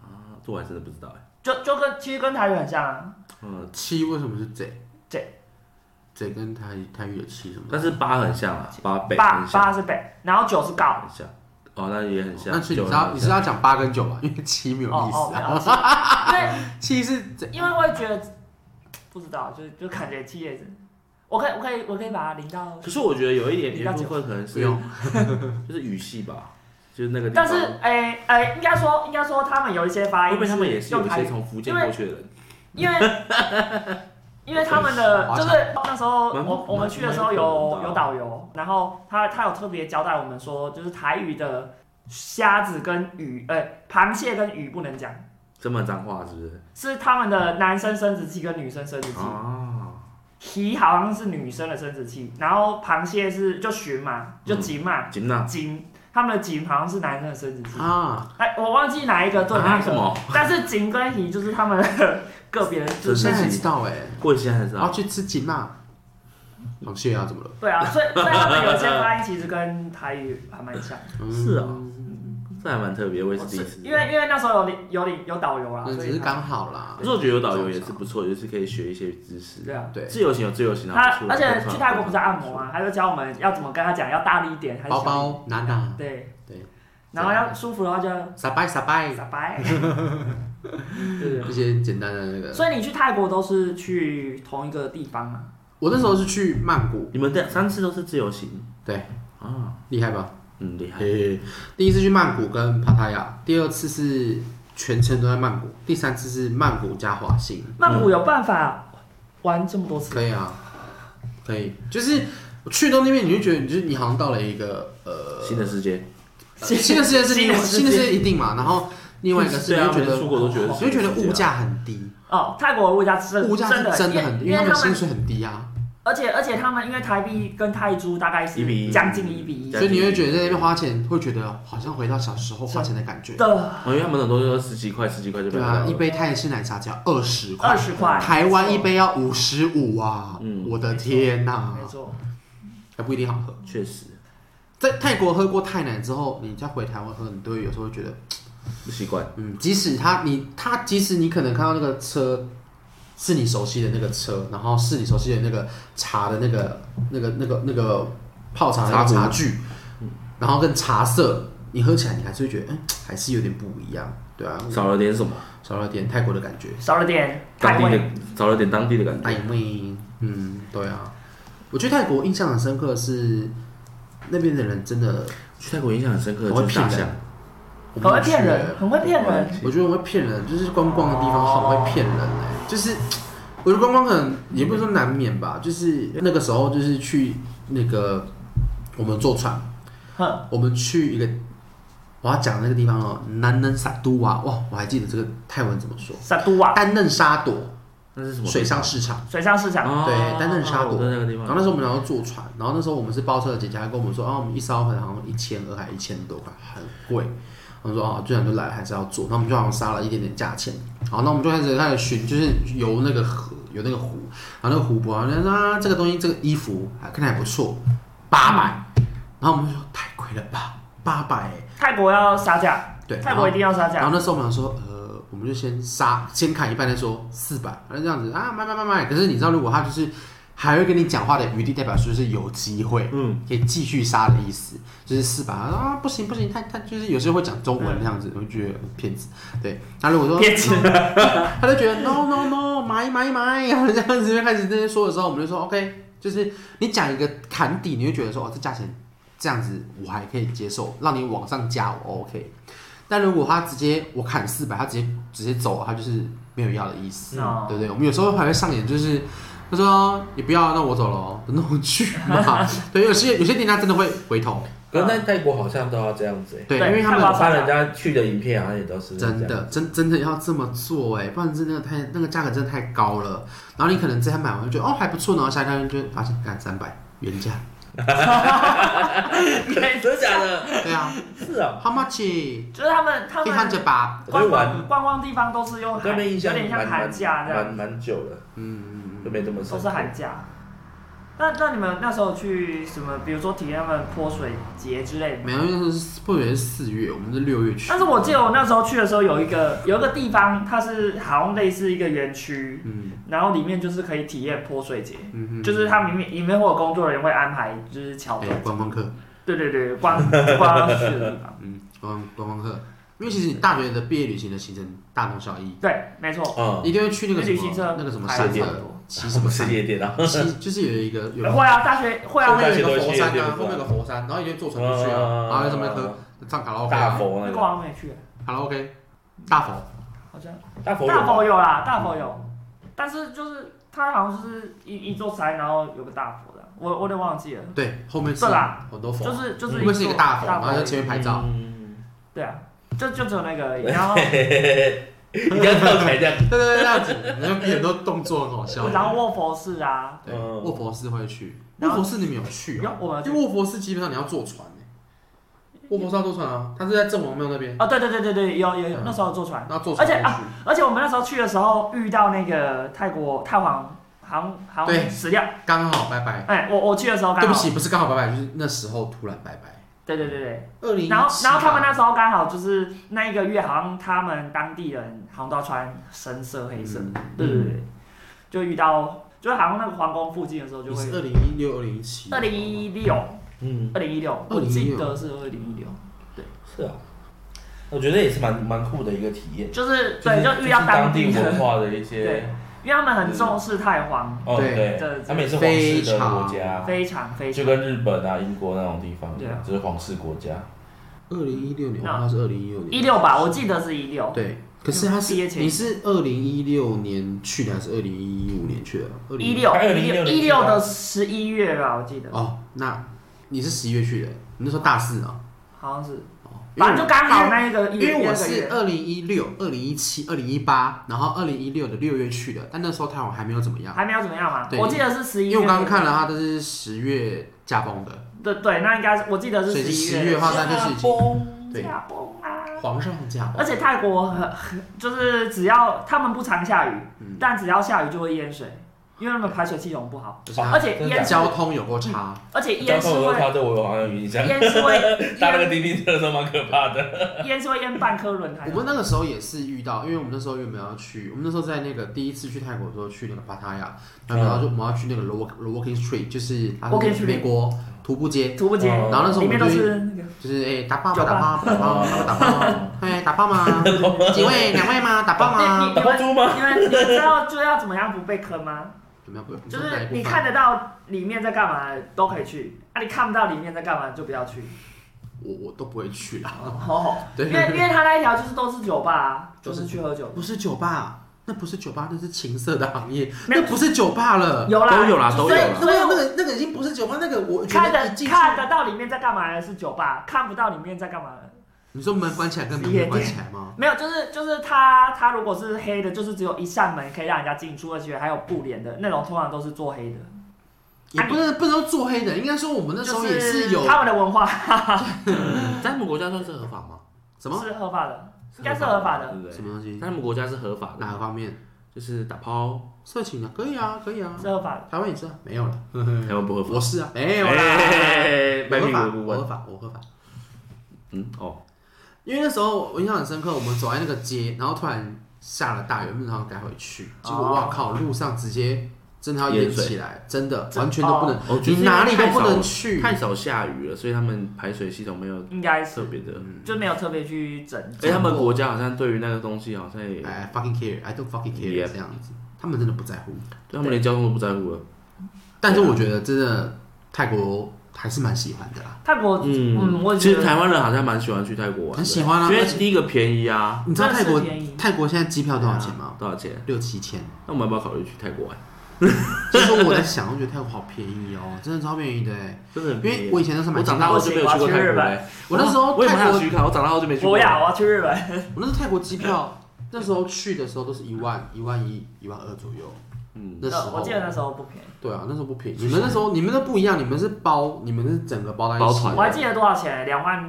Speaker 2: 啊这我还真的不知道哎。
Speaker 3: 就就跟其实跟台语很像啊，
Speaker 2: 嗯，
Speaker 1: 七为什么是贼？
Speaker 3: 贼
Speaker 1: 贼跟台台语的七什么？
Speaker 2: 但是八很像啊，八倍
Speaker 3: 八
Speaker 2: 很像
Speaker 3: 八是北，然后九是高。
Speaker 2: 很像，哦，那也很像。
Speaker 1: 那是你
Speaker 2: 就
Speaker 1: 知
Speaker 2: 很
Speaker 1: 道你
Speaker 2: 像
Speaker 1: 是要讲八跟九吧？ 因为七没有
Speaker 3: 哦
Speaker 1: 意
Speaker 3: 哦
Speaker 1: 思啊。
Speaker 3: 了
Speaker 1: 七是贼
Speaker 3: 解，因为因为我也觉得不知道，就就感觉七也是，我可以我可以我可以把它淋到，
Speaker 2: 可是我觉得有一点
Speaker 3: 你
Speaker 2: 一
Speaker 3: 要
Speaker 2: 部分可能
Speaker 1: 不
Speaker 2: 是
Speaker 1: 用。
Speaker 2: 就是语系吧，就是那个地
Speaker 3: 但
Speaker 2: 方。
Speaker 3: 是哎哎、应该说应该说他们有一些发
Speaker 2: 会不
Speaker 3: 音
Speaker 2: 会他们也是有
Speaker 3: 用
Speaker 2: 一
Speaker 3: 台
Speaker 2: 些
Speaker 3: 语，
Speaker 2: 从福建
Speaker 3: 因为
Speaker 2: 过去的人？
Speaker 3: 因为 因为他们的就是那时候
Speaker 2: 蛮
Speaker 3: 我我们去的时候
Speaker 2: 蛮蛮可
Speaker 3: 有
Speaker 2: 能的啊
Speaker 3: 有导游，然后他他有特别交代我们说，就是台语的虾子跟鱼呃螃蟹跟鱼不能讲。
Speaker 2: 这么脏话是不是？
Speaker 3: 是他们的男生生殖器跟女生生
Speaker 1: 哦
Speaker 3: 殖器。
Speaker 2: 啊，
Speaker 3: 皮好像是女生的生殖器，然后螃蟹是
Speaker 2: 嗯
Speaker 3: 就鲟嘛，就颈嘛，
Speaker 2: 金娜
Speaker 3: 颈、他们的颈好像是男生的生殖器。
Speaker 1: 啊，
Speaker 3: 哎，我忘记哪一个对哪
Speaker 2: 啊
Speaker 3: 一
Speaker 2: 什
Speaker 3: 个，
Speaker 2: 么？
Speaker 3: 但是颈跟皮就是他们的个别的
Speaker 2: 这
Speaker 3: 就是
Speaker 1: 现在才知道哎、
Speaker 2: 过去还是
Speaker 1: 然后
Speaker 2: 啊？
Speaker 1: 去吃锦嘛，螃蟹啊，怎么了？
Speaker 3: 对啊，所以所以他们有些发音其实跟台语还蛮像，
Speaker 1: 嗯
Speaker 2: 是啊这还蛮特别，我也是第一次
Speaker 3: 哦是。因为因为那时候有领有领有导游啦，
Speaker 1: 那嗯
Speaker 3: 所
Speaker 1: 只
Speaker 3: 以
Speaker 1: 是
Speaker 3: 他
Speaker 1: 刚好啦
Speaker 2: 可。是我觉得有导游也是不错，就是可以学一些知识。
Speaker 3: 对啊，
Speaker 1: 对，
Speaker 2: 自由行有自由行
Speaker 3: 他
Speaker 2: 啊，
Speaker 3: 而且去泰国不是按摩啊，他就教我们要怎么跟他讲，要大力一点还是小
Speaker 1: 包
Speaker 3: 力
Speaker 1: 包拿拿，
Speaker 3: 对
Speaker 1: 对，
Speaker 3: 然后要舒服的话就
Speaker 2: 哎
Speaker 3: 要
Speaker 1: 撒拜撒拜，
Speaker 3: 傻 白。对
Speaker 1: 一些简单的那个。
Speaker 3: 所以你去泰国都是去同一个地方嘛？
Speaker 1: 我那时候是去曼谷，
Speaker 2: 你们这三次都是自由行
Speaker 1: 对，
Speaker 2: 啊，
Speaker 1: 厉害吧？
Speaker 2: 嗯，厉害。
Speaker 1: 嘿嘿第一次去曼谷跟帕塔亚，第二
Speaker 2: 嗯
Speaker 1: 次是全程都在曼谷，第三次是曼谷加华信。
Speaker 3: 曼谷有办法玩这么多次，
Speaker 1: 可以啊，可以，就是去到那边，你就觉得，你就是你好像到了一个呃
Speaker 2: 新的世界，
Speaker 1: 呃新的世界是另外
Speaker 3: 新
Speaker 1: 新
Speaker 3: 的世界
Speaker 1: 的世界一定嘛，然后另外一个是你
Speaker 2: 对啊
Speaker 1: 就觉
Speaker 2: 每
Speaker 1: 得哦
Speaker 2: 次出国都觉得
Speaker 1: 你
Speaker 2: 是
Speaker 1: 就觉得物价很低，
Speaker 3: 哦，泰国的物价真
Speaker 1: 物价是
Speaker 3: 的
Speaker 1: 真的很低，
Speaker 3: 因
Speaker 1: 因
Speaker 3: 为
Speaker 1: 为
Speaker 3: 因
Speaker 1: 他们
Speaker 3: 为他
Speaker 1: 薪
Speaker 3: 们，
Speaker 1: 水很低啊，
Speaker 3: 而且而且他们因为台币跟泰铢大概是
Speaker 2: 一比一
Speaker 3: 将近一比一
Speaker 2: 对
Speaker 1: 所以你会觉得在那边花钱，会觉得好像回到小时候花钱的感觉。
Speaker 3: 的
Speaker 2: 哦因为他们很多都是十几块、十几块就买
Speaker 1: 对
Speaker 2: 得到
Speaker 1: 啊，一
Speaker 2: 了。
Speaker 1: 杯泰式奶茶只要二十
Speaker 3: 二
Speaker 1: 块，
Speaker 3: 十块，
Speaker 1: 台湾一杯要五十五啊！
Speaker 2: 嗯
Speaker 1: 我的天哪、
Speaker 3: 没错，
Speaker 1: 还不一定好喝。
Speaker 2: 确实
Speaker 1: 在泰国喝过泰奶之后，你再回台湾喝，你都会有时候会觉得，
Speaker 2: 不习惯，
Speaker 1: 嗯，即使他你他即使你可能看到那个车是你熟悉的那个车，然后是你熟悉的那个茶的那个那个那个那个泡茶的那个
Speaker 2: 茶壶
Speaker 1: 茶具，然后跟茶色，你喝起来你还是会觉得，嗯，还是有点不一样，对啊，
Speaker 2: 少了点什么，
Speaker 1: 少了点泰国的感觉。
Speaker 3: 少了点
Speaker 2: 当
Speaker 3: 泰
Speaker 2: 地
Speaker 3: 味。
Speaker 2: 的少了点当地的感觉。
Speaker 1: 哎喂，嗯，对啊，我去泰国印象很深刻的是那边的人真的
Speaker 2: 去泰国印象很深刻的
Speaker 1: 我会
Speaker 2: 就是大
Speaker 1: 骗人
Speaker 2: 象，
Speaker 1: 我
Speaker 3: 很
Speaker 1: 没
Speaker 3: 会
Speaker 1: 有去
Speaker 3: 骗
Speaker 1: 欸
Speaker 3: 人，很会骗人。
Speaker 1: 我觉得我会骗人，就是观光的地方好会骗人哎、就是我觉得观光可能也不是说难免吧，就是那个时候就是去那个我们坐船，
Speaker 3: 哼，
Speaker 1: 我们去一个我要讲那个地方哦，南能撒都瓦哇，我还记得这个泰文怎么说，
Speaker 3: 萨都瓦
Speaker 1: 丹嫩沙朵
Speaker 2: 那是什么地方？
Speaker 1: 水上市场。
Speaker 3: 啊水上市场，
Speaker 2: 哦
Speaker 1: 对丹顿沙
Speaker 2: 我
Speaker 1: 堡
Speaker 2: 在那个地
Speaker 1: 然
Speaker 2: 方
Speaker 1: 后。那时候我们然后坐船，然后那时候我们是包车的姐姐还跟我们说，啊，我们一艘可能好像一千二还一千多块，很贵。我们说啊，既然都来了还是要坐，那我们就好像杀了一点点价钱。好，那我们就开始开始寻，就是游那个河，游那个湖，然后那个湖泊，然后人家说啊，这个东西这个衣服啊看起来不错，八百。然后我们就说太贵了吧，八百、欸。
Speaker 3: 泰国要杀价，
Speaker 1: 对，
Speaker 3: 泰国一定要杀
Speaker 1: 然
Speaker 3: 价。
Speaker 1: 后那时候我们想说，呃，我们就先杀，先砍一半再说四百，那这样子啊，卖卖卖卖。可是你知道，如果他就是还会跟你讲话的余地，代表就是有机会，
Speaker 2: 嗯，
Speaker 1: 可以继续杀的意思，就是四百啊，不行不行，他他就是有时候会讲中文
Speaker 3: 嗯
Speaker 1: 这样子，我就觉得骗子。对，那如果说
Speaker 3: 骗子，
Speaker 1: 他就觉得 no no no 买买买，然后这样子就开始在那说的时候，我们就说 OK，就是你讲一个砍底，你就觉得说哦这价钱这样子我还可以接受，让你往上加我 OK。但如果他直接我砍四百，他直接直接走，他就是没有要的意思，
Speaker 3: 哦
Speaker 1: 对不对？我们有时候还会上演就是。他说：“哦你不要，那我走了哦，那我去嘛。对，有些有些店家真的会回头，
Speaker 2: 可是在泰国好像都要这样子欸，
Speaker 1: 对，
Speaker 3: 对
Speaker 1: 因为他
Speaker 3: 看
Speaker 1: 们
Speaker 3: 到
Speaker 2: 我看人家去的影片好像也都是这样
Speaker 1: 真的，真真的要这么做哎、不然真的太那个价格真的太高了。然后你可能这样买完就觉得哦还不错，然后下一单就发现干三百原价，
Speaker 2: 真的假的？
Speaker 1: 对啊
Speaker 2: 是啊，
Speaker 1: ，How much？一
Speaker 3: 就是他们他
Speaker 1: 看
Speaker 3: 们
Speaker 1: 这把，
Speaker 2: 我
Speaker 3: 观
Speaker 2: 在玩
Speaker 3: 光观光地方都是用
Speaker 2: 我在那
Speaker 3: 喊，
Speaker 2: 边印
Speaker 3: 有
Speaker 2: 象
Speaker 3: 点像
Speaker 2: 蛮
Speaker 3: 喊
Speaker 2: 蛮
Speaker 3: 价这样，
Speaker 2: 蛮蛮久了，
Speaker 1: 嗯，
Speaker 2: 就没这么深
Speaker 3: 都
Speaker 2: 刻
Speaker 3: 是喊价。那那你们那时候去什么？比如说体验他们泼水节之类的吗？
Speaker 1: 没有，因为是不也是四月，我们是六月去
Speaker 3: 但，是我记得我那时候去的时候，有一个有一个地方，它是好像类似一个园区，
Speaker 1: 嗯
Speaker 3: 然后里面就是可以体验泼水节，
Speaker 1: 嗯哼，
Speaker 3: 就是它里面里面会有工作人员会安排就是桥
Speaker 1: 哎、
Speaker 3: 段，
Speaker 1: 观光客，
Speaker 3: 对对对，观观光去的地 方，
Speaker 1: 嗯，观观光客，因为其实你大学的毕业旅行的行程大同小异，
Speaker 3: 对，没错，
Speaker 2: 嗯，
Speaker 1: 一定会去那个什
Speaker 3: 旅行社
Speaker 1: 么那个什么
Speaker 3: 还
Speaker 1: 山
Speaker 2: 有
Speaker 3: 差不
Speaker 1: 的
Speaker 3: 多，
Speaker 1: 骑什么
Speaker 2: 是
Speaker 1: 山，
Speaker 2: 夜店啊？
Speaker 1: 骑就是有一个有
Speaker 3: 会啊，大学会
Speaker 1: 后
Speaker 3: 啊，
Speaker 1: 面有一个
Speaker 2: 大学都
Speaker 1: 佛
Speaker 2: 去夜
Speaker 1: 山
Speaker 2: 店
Speaker 1: 啊，后面有个佛山，然后有点坐船过去啊，然后在上面喝唱卡拉 OK
Speaker 2: 大
Speaker 1: 啊，
Speaker 2: 佛那
Speaker 3: 那个
Speaker 2: 个
Speaker 3: 我还没去，
Speaker 1: 卡拉 OK，大佛，
Speaker 3: 好像啊
Speaker 2: 大佛有
Speaker 3: 大
Speaker 2: 吗
Speaker 3: 佛有啦，大佛有，但是就是它好像就是一一座山，然后有个大佛的，我我有点忘记了，
Speaker 1: 对，后面是
Speaker 3: 是啦
Speaker 1: 很多佛，
Speaker 3: 就是就是
Speaker 1: 后面是一
Speaker 3: 座
Speaker 1: 个大佛，
Speaker 3: 大
Speaker 1: 然
Speaker 3: 佛
Speaker 1: 后在前面拍照，
Speaker 2: 嗯
Speaker 3: 对啊，就就只有那个而已，然后。
Speaker 2: 你这样跳起来这样，
Speaker 3: 嗯
Speaker 1: 对对对，这样子， 你就比很多动作很好笑。
Speaker 3: 然后卧佛寺啊，
Speaker 1: 对，
Speaker 2: 嗯
Speaker 1: 卧佛寺会去，卧
Speaker 3: 然后
Speaker 1: 佛寺你们有去
Speaker 3: 有
Speaker 1: 啊？
Speaker 3: 我们
Speaker 1: 因为卧佛寺基本上你要坐船欸卧佛寺要坐船啊，它是在郑王庙那边，
Speaker 3: 哦，对对对对对，有有有
Speaker 1: 嗯，
Speaker 3: 那时候有坐船，
Speaker 1: 那坐船
Speaker 3: 而且
Speaker 1: 过
Speaker 3: 啊
Speaker 1: 去，
Speaker 3: 而且我们那时候去的时候遇到那个泰国泰皇航航
Speaker 1: 对
Speaker 3: 死掉，
Speaker 1: 刚好拜拜。
Speaker 3: 哎，我我去的时候啊刚
Speaker 1: 对
Speaker 3: 好，
Speaker 1: 不，起，不是刚好拜拜，就是那时候突然拜拜。
Speaker 3: 对对对对，
Speaker 1: 二零
Speaker 3: 然后然后他们那时候刚好就是那一个月，好像他们当地人好像都要穿深色黑
Speaker 1: 嗯
Speaker 3: 色，对对对对，就遇到就是好像那个皇宫附近的时候就
Speaker 1: 你是
Speaker 3: 会，
Speaker 1: 二零一六、二零一七、
Speaker 3: 二零一六，
Speaker 2: 嗯，
Speaker 3: 二零一六，我记得是二零一六。
Speaker 2: 是啊，我觉得也是蛮蛮酷的一个体验，
Speaker 3: 就是
Speaker 2: 哎是
Speaker 3: 对，就遇到
Speaker 2: 是当
Speaker 3: 地
Speaker 2: 文
Speaker 3: 人，
Speaker 2: 化的一
Speaker 3: 对
Speaker 2: 些，，
Speaker 3: 因为他们很重视太皇，
Speaker 2: 哦
Speaker 1: 对
Speaker 2: 对
Speaker 3: 对，
Speaker 2: 他们也是皇室的国
Speaker 1: 非
Speaker 2: 家，
Speaker 3: 非常非
Speaker 2: 就
Speaker 3: 常
Speaker 2: 跟日本啊、英国那种地方
Speaker 3: 对啊，
Speaker 2: 就是皇室国家。
Speaker 1: 二零一六年，
Speaker 3: 那
Speaker 1: 它是二零一六年
Speaker 3: 一六吧，我记得是一六。
Speaker 1: 对，可是他是
Speaker 3: 毕业前
Speaker 1: 你是二零一六年去的还是二零一五年去的？2015
Speaker 3: 一六
Speaker 4: 还有
Speaker 3: 一六
Speaker 4: 16
Speaker 3: 一六的十一月吧，我记得
Speaker 1: 哦，那你是十一月去的，你那时候大四啊？
Speaker 3: 好像是，
Speaker 1: 哦因为
Speaker 3: 反正就刚好那一个
Speaker 1: 因
Speaker 3: 一
Speaker 1: 为
Speaker 3: 月
Speaker 1: 我
Speaker 3: 那个
Speaker 1: 是
Speaker 3: 月
Speaker 1: 二零一六、二零一七、二零一八，然后二零一六的六月去的，但那时候台湾还没有怎么样，
Speaker 3: 还没有怎么样嘛，
Speaker 1: 对
Speaker 3: 我记得是十一
Speaker 1: 因
Speaker 3: 月，
Speaker 1: 为我刚刚看了，啊他这是十月驾崩的，
Speaker 3: 对对，那应该是我记得是
Speaker 1: 所以是
Speaker 3: 十
Speaker 1: 10
Speaker 3: 一
Speaker 1: 月的话那就是已经
Speaker 4: 经
Speaker 1: 对
Speaker 3: 驾崩啊！
Speaker 1: 皇上驾崩
Speaker 3: 而，且泰国很很就是只要他们不常下雨，
Speaker 1: 嗯
Speaker 3: 但只要下雨就会淹水，因为他们排水系统不好，
Speaker 1: 就是他
Speaker 3: 而且
Speaker 4: 真的
Speaker 3: 淹
Speaker 1: 交通有过差，
Speaker 3: 而且
Speaker 4: 交
Speaker 3: 淹是
Speaker 4: 通我都
Speaker 3: 会
Speaker 4: 他这我有好像有印象，
Speaker 3: 淹是会
Speaker 4: 搭那个
Speaker 3: 淹
Speaker 4: 滴滴车的时候蛮可怕的。
Speaker 3: 淹是会淹半颗轮胎
Speaker 1: 我
Speaker 3: 的。
Speaker 1: 们那个时候也是遇到，因为我们那时候原本要去，我们那时候在那个第一次去泰国的时候去那个芭塔雅，然后然后就我们要去那个 Walk Walking Street，就是它是
Speaker 3: 嗯 Walking Street 嗯
Speaker 1: 美国徒步街，
Speaker 3: 徒步街，
Speaker 4: 哦
Speaker 1: 然后那时候
Speaker 3: 里
Speaker 1: 我
Speaker 3: 面
Speaker 1: 们
Speaker 3: 都
Speaker 1: 就是
Speaker 3: 那个
Speaker 1: 就是哎、打爆吗？打爆吗？打爆吗？打爆 吗？哎打爆吗？几位？两位吗？打爆
Speaker 3: 你
Speaker 1: 吗？
Speaker 3: 你们
Speaker 4: 猪吗？
Speaker 3: 你们你们知道就要怎么样不被坑吗？
Speaker 1: 怎么样？不
Speaker 3: 就
Speaker 1: 说哪一
Speaker 3: 是
Speaker 1: 部分
Speaker 3: 你看得到里面在干嘛都可以去，啊，你看不到里面在干嘛就不要去。
Speaker 1: 我我都不会去啦。
Speaker 3: 哦，因
Speaker 1: 对，
Speaker 3: 为因为他那一条就是都是酒吧啊，就是去喝酒。
Speaker 1: 不是酒吧，那不是酒吧，那是情色的行业，
Speaker 3: 没有
Speaker 1: 那不是酒吧了。
Speaker 3: 有啦，
Speaker 2: 都有啦
Speaker 3: 就
Speaker 2: 都
Speaker 3: 所以
Speaker 2: 有啦
Speaker 3: 所以
Speaker 1: 那
Speaker 3: 我
Speaker 1: 个那个已经不是酒吧，那个我觉得
Speaker 3: 看
Speaker 1: 一
Speaker 3: 得
Speaker 1: 进去，
Speaker 3: 看得到里面在干嘛的是酒吧，看不到里面在干嘛的
Speaker 1: 你说门关起来跟门没关起来吗？
Speaker 3: 没有，就是就是它它如果是黑的，就是只有一扇门可以让人家进出，而且还有布帘的那种，通常都是做黑的。
Speaker 1: 也不能不能说做黑的，应该说我们那时候也是有
Speaker 3: 哎就他们的文化
Speaker 2: 在他们国家算是合法吗？
Speaker 1: 什么
Speaker 3: 是合法的，应该是合法的，
Speaker 2: 对不
Speaker 1: 什
Speaker 2: 对？
Speaker 1: 么东西
Speaker 2: 在他们国家是合法的，
Speaker 1: 哪个方面
Speaker 2: 就是打抛，
Speaker 1: 色情的可以啊，可以啊，
Speaker 3: 是合法的。
Speaker 1: 台湾也是啊，没有了，
Speaker 2: 台湾不合法。
Speaker 1: 我是啊，没有啦，
Speaker 2: 哎，
Speaker 1: 我
Speaker 2: 白
Speaker 1: 合
Speaker 2: 米
Speaker 1: 法，
Speaker 2: 国不
Speaker 1: 我合
Speaker 2: 问。
Speaker 1: 法，我合法。
Speaker 2: 嗯，哦，
Speaker 1: 因为那时候我印象很深刻，我们走在那个街，然后突然下了大雨，我们想要改回去，结果
Speaker 3: 哦
Speaker 1: 哇靠，路上直接真的要淹起来，真的
Speaker 3: 这
Speaker 1: 完全都不能，
Speaker 2: 哦，就是
Speaker 1: 你哪里都不能
Speaker 2: 因为
Speaker 1: 去。
Speaker 2: 太少太少下雨了，所以他们排水系统没有
Speaker 3: 应该是
Speaker 2: 特别的。
Speaker 3: 就没有特别去整。
Speaker 2: 哎，他们国家好像对于那个东西好像也，
Speaker 1: 哎，fucking care，I don't fucking care
Speaker 2: Yep
Speaker 1: 这样子，他们真的不在乎。
Speaker 2: 对他们连交通都不在乎了。
Speaker 1: 但是我觉得真的泰国还是蛮喜欢的啦，
Speaker 3: 泰国，
Speaker 2: 嗯
Speaker 3: 嗯，我也
Speaker 2: 其
Speaker 3: 觉
Speaker 2: 实台
Speaker 3: 得
Speaker 2: 湾人好像蛮喜欢去泰国玩的，
Speaker 1: 很喜欢啊
Speaker 2: 因为
Speaker 1: 而且
Speaker 2: 第一个便宜啊，
Speaker 1: 你知道泰国
Speaker 3: 真的是便宜
Speaker 1: 泰国现在机票多少钱吗？
Speaker 2: 多少钱？
Speaker 1: 六七千。
Speaker 2: 那我们要不要考虑去泰国玩？
Speaker 1: 其实我在想，我觉得泰国好便宜哦，真的超便宜的哎。
Speaker 2: 真的很
Speaker 1: 因为
Speaker 2: 便宜。
Speaker 1: 我以前都是买
Speaker 2: 我
Speaker 1: 机票
Speaker 2: 长大后就没有去过泰
Speaker 3: 我要去日
Speaker 2: 国
Speaker 3: 本
Speaker 2: 嘞，
Speaker 1: 我那时候
Speaker 2: 我也没
Speaker 1: 泰
Speaker 2: 有
Speaker 1: 国
Speaker 2: 许可，我长大后就没去过。
Speaker 3: 不要，我要去日本。
Speaker 1: 我那时候泰国机票，那时候去的时候都是一万、一万一、一万二左右。
Speaker 2: 嗯，
Speaker 1: 那时候
Speaker 3: 呃我记得那时候不便宜，
Speaker 1: 对啊，那时候不便宜。你们那时候你们那不一样，你们是包，你们是整个包在一起。
Speaker 2: 包团
Speaker 3: 我还记得多少钱，两万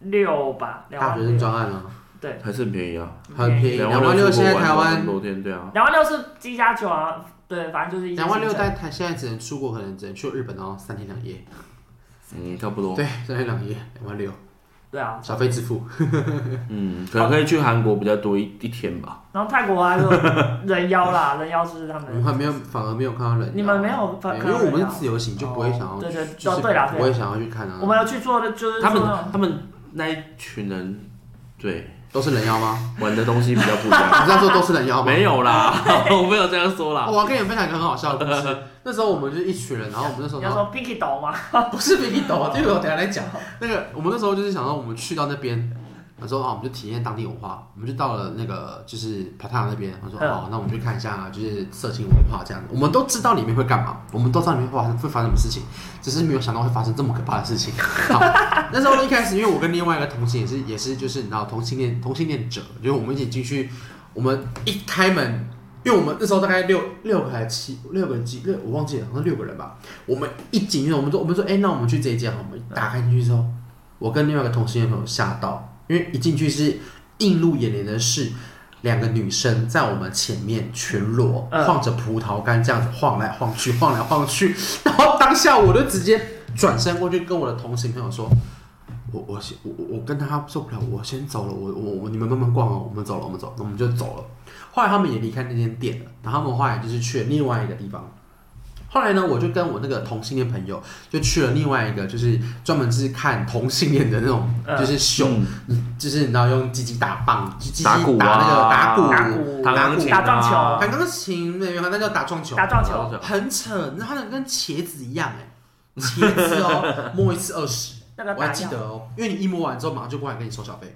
Speaker 3: 六吧，两
Speaker 1: 大
Speaker 3: 万
Speaker 1: 学
Speaker 3: 六
Speaker 1: 生。专案啊，
Speaker 3: 对，
Speaker 2: 还是很便宜啊，
Speaker 3: 嗯
Speaker 1: 很便宜。两万六
Speaker 2: 六
Speaker 1: 现在台湾
Speaker 2: 露天对啊，
Speaker 3: 两万六是机加酒啊，对，反正就是一些
Speaker 1: 两万六，
Speaker 3: 行程
Speaker 1: 但台现在只能出国，可能只能去日本，然后三天两夜。
Speaker 2: 嗯，差不多，
Speaker 1: 对，三天两夜，两万六，
Speaker 3: 对啊，
Speaker 1: 小费支付。
Speaker 2: 嗯，可能可以去韩国比较多一一天吧，
Speaker 3: 然后泰国啊，就人 妖啦，人妖是他
Speaker 1: 我们
Speaker 3: 们，
Speaker 1: 还没有，反而没有看到人啊。
Speaker 3: 你们没有
Speaker 1: 没
Speaker 3: 看
Speaker 1: 有，
Speaker 3: 看
Speaker 1: 因
Speaker 3: 到
Speaker 1: 为我
Speaker 3: 人
Speaker 1: 们
Speaker 3: 妖
Speaker 1: 是？自由行，就不会想要，
Speaker 3: 哦对对
Speaker 1: 就是
Speaker 3: 哦对啦对
Speaker 1: 不会想要去看
Speaker 3: 我
Speaker 1: 啊。
Speaker 3: 们有去做的，就是
Speaker 2: 他们
Speaker 3: 做那种
Speaker 2: 他们那一群人对
Speaker 1: 都是人妖吗？
Speaker 2: 玩的东西比较不一样，
Speaker 1: 你这样说都是人妖吗？
Speaker 2: 没有啦，我没有这样说
Speaker 1: 啊
Speaker 2: 啦，
Speaker 1: 我要跟你们分享一个很好笑的故事。那时候我们就是一群人，然后我们那时候
Speaker 3: 你要说 Pinky 斗吗？
Speaker 1: 不是比你懂啊，这个我等一下来讲。那个我们那时候就是想说，我们去到那边，他说啊，我们就体验当地文化，我们就到了那个就是帕塔那边，他说
Speaker 3: 嗯
Speaker 1: 哦，那我们去看一下就是色情文化这样。我们都知道里面会干嘛，我们都知道里面会发生会发生什么事情，只是没有想到会发生这么可怕的事情。 好，那时候一开始，因为我跟另外一个同行也是也是就是你知道同性恋同性恋者，就是我们一起进去，我们一开门。因为我们那时候大概六六个还七六个人几六我忘记了，好像六个人吧。我们一进去，我们说我们说，哎、那我们去这一间好吗？我们打开进去之后，我跟另外一个同性恋朋友吓到，因为一进去是映入眼帘的是两个女生在我们前面全裸，
Speaker 3: 嗯
Speaker 1: 晃着葡萄干这样子晃来晃去，晃来晃去， 然后当下我就直接转身过去跟我的同行朋友说。我我先我我我跟他受不了，我先走了，我我我你们慢慢逛哦，我们走了，我们走了，我们就走了。后来他们也离开那间店了，然后他们后来就是去了另外一个地方。后来呢，我就跟我那个同性恋朋友就去了另外一个，就是专门是看同性恋的那种，
Speaker 3: 嗯
Speaker 1: 就是秀，就是你知道用鸡鸡打棒，鸡鸡
Speaker 2: 打鼓啊
Speaker 1: 那个打鼓、
Speaker 3: 打鼓
Speaker 2: 打钢琴啊、
Speaker 3: 打撞球
Speaker 1: 弹钢琴，那那叫打撞啊球，
Speaker 3: 打撞球，
Speaker 1: 很扯，你知道它那跟茄子一样哎、茄子哦，摸一次二十，
Speaker 3: 那个
Speaker 1: 我还
Speaker 3: 打
Speaker 1: 记
Speaker 3: 架
Speaker 1: 得哦，因为你一摸完之后马上就过来跟你收小费，